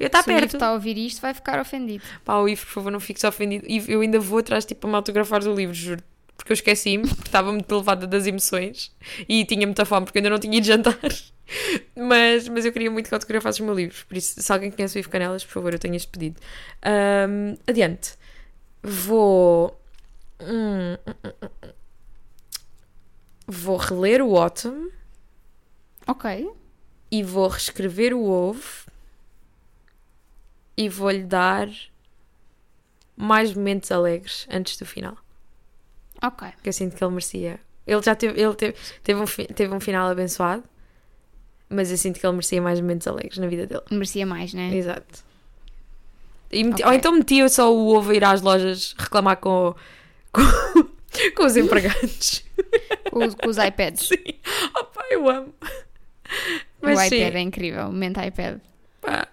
[SPEAKER 2] Eu está
[SPEAKER 1] Se o Ivo
[SPEAKER 2] Tá perto.
[SPEAKER 1] está a ouvir isto, vai ficar ofendido.
[SPEAKER 2] Pá, o Ivo, por favor, não fiques ofendido. Ivo, eu ainda vou atrás, tipo, para me autografar do livro, juro. Porque eu esqueci-me, porque estava muito levada das emoções e tinha muita fome, porque eu ainda não tinha ido jantar. Mas, mas eu queria muito que autografasses o meu livro. Por isso, se alguém conhece o Ivo Canelas, por favor, eu tenho este pedido. Ahm, adiante. Vou. hum, hum, hum, hum. Vou reler o Autumn
[SPEAKER 1] Ok.
[SPEAKER 2] e vou reescrever o ovo e vou-lhe dar mais momentos alegres antes do final.
[SPEAKER 1] Ok.
[SPEAKER 2] Porque eu sinto que ele merecia. Ele já teve, ele teve, teve, um, fi- teve um final abençoado, mas eu sinto que ele merecia mais momentos alegres na vida dele.
[SPEAKER 1] Merecia mais,
[SPEAKER 2] É.
[SPEAKER 1] né?
[SPEAKER 2] Exato. E meti-
[SPEAKER 1] Ok.
[SPEAKER 2] Ou então metia só o ovo a ir às lojas reclamar com, o- com, com os empregados.
[SPEAKER 1] Com, os- com os iPads.
[SPEAKER 2] sim. Opa, eu amo. Mas
[SPEAKER 1] o
[SPEAKER 2] sim.
[SPEAKER 1] iPad é incrível. O momento iPad.
[SPEAKER 2] Pá.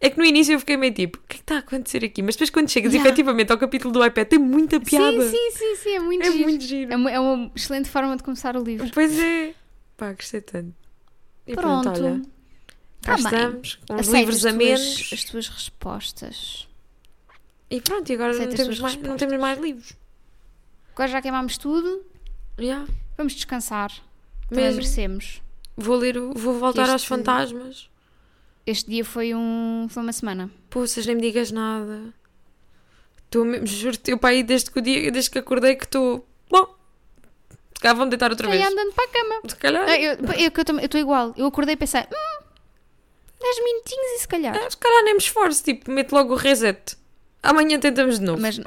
[SPEAKER 2] É que no início eu fiquei meio tipo, o que é que está a acontecer aqui? Mas depois quando chegas
[SPEAKER 1] Yeah.
[SPEAKER 2] efetivamente ao capítulo do iPad tem muita piada.
[SPEAKER 1] Sim, sim, sim, sim. É muito
[SPEAKER 2] é
[SPEAKER 1] giro.
[SPEAKER 2] muito giro.
[SPEAKER 1] É, uma, é uma excelente forma de começar o livro.
[SPEAKER 2] Pois é. Pá, gostei tanto. E
[SPEAKER 1] Pronto.
[SPEAKER 2] olha,
[SPEAKER 1] Tá
[SPEAKER 2] cá
[SPEAKER 1] bem.
[SPEAKER 2] Um estamos, com uns
[SPEAKER 1] Aceito
[SPEAKER 2] livros
[SPEAKER 1] as
[SPEAKER 2] a
[SPEAKER 1] tuas-
[SPEAKER 2] menos.
[SPEAKER 1] as tuas respostas.
[SPEAKER 2] E pronto, e agora não
[SPEAKER 1] aceito as
[SPEAKER 2] temos,
[SPEAKER 1] tuas
[SPEAKER 2] mais, não temos mais livros.
[SPEAKER 1] Agora já queimámos tudo.
[SPEAKER 2] Yeah.
[SPEAKER 1] Vamos descansar. Também
[SPEAKER 2] Mesmo.
[SPEAKER 1] merecemos.
[SPEAKER 2] Vou ler, o- vou voltar aos
[SPEAKER 1] Este-
[SPEAKER 2] fantasmas.
[SPEAKER 1] Este dia foi, um, foi uma semana.
[SPEAKER 2] Poças, nem me digas nada. Estou mesmo, juro-te, eu pai, desde que, o dia, desde que acordei que estou... Bom, cá vão deitar outra
[SPEAKER 1] Aí
[SPEAKER 2] vez.
[SPEAKER 1] andando para a cama.
[SPEAKER 2] Se calhar...
[SPEAKER 1] Ah, Eu estou igual. Eu acordei e pensei: hum, 10 minutinhos e se calhar.
[SPEAKER 2] Ah, se calhar nem me esforço, tipo, mete logo o reset. Amanhã tentamos de novo.
[SPEAKER 1] Mas,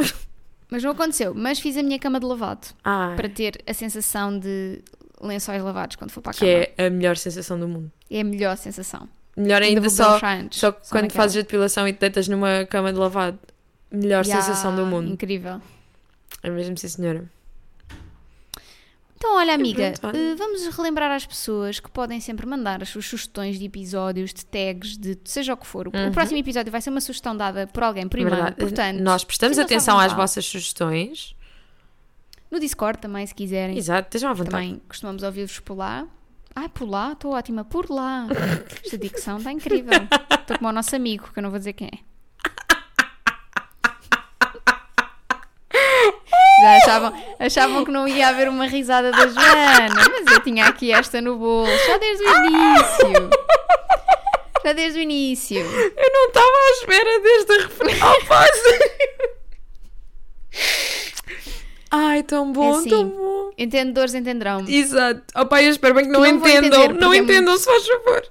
[SPEAKER 1] mas não aconteceu. Mas fiz a minha cama de lavado
[SPEAKER 2] Ai,
[SPEAKER 1] para ter a sensação de lençóis lavados quando for para a
[SPEAKER 2] que
[SPEAKER 1] cama. É...
[SPEAKER 2] é a melhor sensação do mundo.
[SPEAKER 1] a melhor sensação.
[SPEAKER 2] Melhor ainda,
[SPEAKER 1] vou
[SPEAKER 2] só,
[SPEAKER 1] brochar antes,
[SPEAKER 2] só, quando
[SPEAKER 1] naquela.
[SPEAKER 2] fazes a depilação e te deitas numa cama de lavado. Melhor
[SPEAKER 1] Ya,
[SPEAKER 2] sensação do mundo.
[SPEAKER 1] Incrível.
[SPEAKER 2] É mesmo, sim, senhora.
[SPEAKER 1] Então,
[SPEAKER 2] É
[SPEAKER 1] olha, amiga,
[SPEAKER 2] pronto, olha.
[SPEAKER 1] eh, vamos relembrar às pessoas que podem sempre mandar as suas sugestões de episódios, de tags, de seja o que for. O- O próximo episódio vai ser uma sugestão dada por alguém, por e-mail.
[SPEAKER 2] Uhum. Verdade.
[SPEAKER 1] Portanto,
[SPEAKER 2] Nós prestamos
[SPEAKER 1] sintam-se à
[SPEAKER 2] atenção às
[SPEAKER 1] vontade.
[SPEAKER 2] vossas sugestões.
[SPEAKER 1] No Discord também, se quiserem.
[SPEAKER 2] Exato, estejam à vontade.
[SPEAKER 1] Também costumamos ouvir-vos por lá. Ai, por lá, estou ótima, por lá. Esta dicção está incrível. Estou como o nosso amigo, que eu não vou dizer quem é. Já achavam, achavam que não ia haver uma risada da Joana, mas eu tinha aqui esta no bolo, já desde o início. Já desde o início.
[SPEAKER 2] Eu não estava à espera desta Oh, referência. Ai, tão bom,
[SPEAKER 1] assim.
[SPEAKER 2] tão bom.
[SPEAKER 1] Entendedores entenderão-me.
[SPEAKER 2] Exato. Oh, pai, eu espero bem que não,
[SPEAKER 1] Não vou
[SPEAKER 2] entendam.
[SPEAKER 1] entender,
[SPEAKER 2] não
[SPEAKER 1] porque é
[SPEAKER 2] entendam, se faz favor.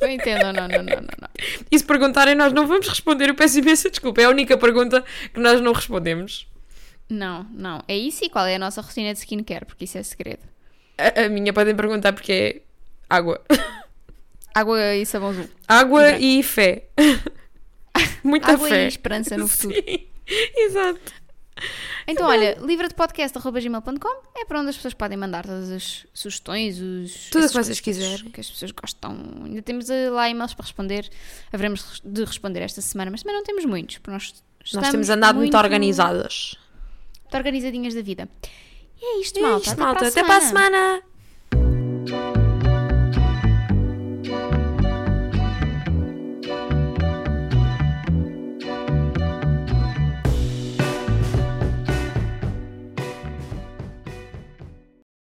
[SPEAKER 1] Não entendam, não, não, não, não. não.
[SPEAKER 2] E se perguntarem, nós não vamos responder. Eu peço imensa desculpa. É a única pergunta que nós não respondemos.
[SPEAKER 1] Não, não. É isso e qual é a nossa rotina de skincare, porque isso é segredo.
[SPEAKER 2] A, a minha podem perguntar porque é água.
[SPEAKER 1] Água e sabão azul.
[SPEAKER 2] Água
[SPEAKER 1] Exato.
[SPEAKER 2] e fé. Muita
[SPEAKER 1] Água
[SPEAKER 2] fé.
[SPEAKER 1] e esperança no futuro.
[SPEAKER 2] Sim. Exato.
[SPEAKER 1] Então, olha, livradepodcast.gmail.com é para onde as pessoas podem mandar todas as sugestões, os,
[SPEAKER 2] Tudo o
[SPEAKER 1] essas
[SPEAKER 2] que vocês
[SPEAKER 1] coisas as-
[SPEAKER 2] quiserem.
[SPEAKER 1] Que as pessoas gostam. Ainda temos eh, lá e-mails para responder. Haveremos de responder esta semana, mas também não temos muitos, porque nós estamos
[SPEAKER 2] Nós temos andado muito,
[SPEAKER 1] muito
[SPEAKER 2] organizadas.
[SPEAKER 1] muito organizadinhas da vida. E é isto,
[SPEAKER 2] É
[SPEAKER 1] malta.
[SPEAKER 2] isto,
[SPEAKER 1] até
[SPEAKER 2] malta.
[SPEAKER 1] para a
[SPEAKER 2] Até para a
[SPEAKER 1] semana.
[SPEAKER 2] semana.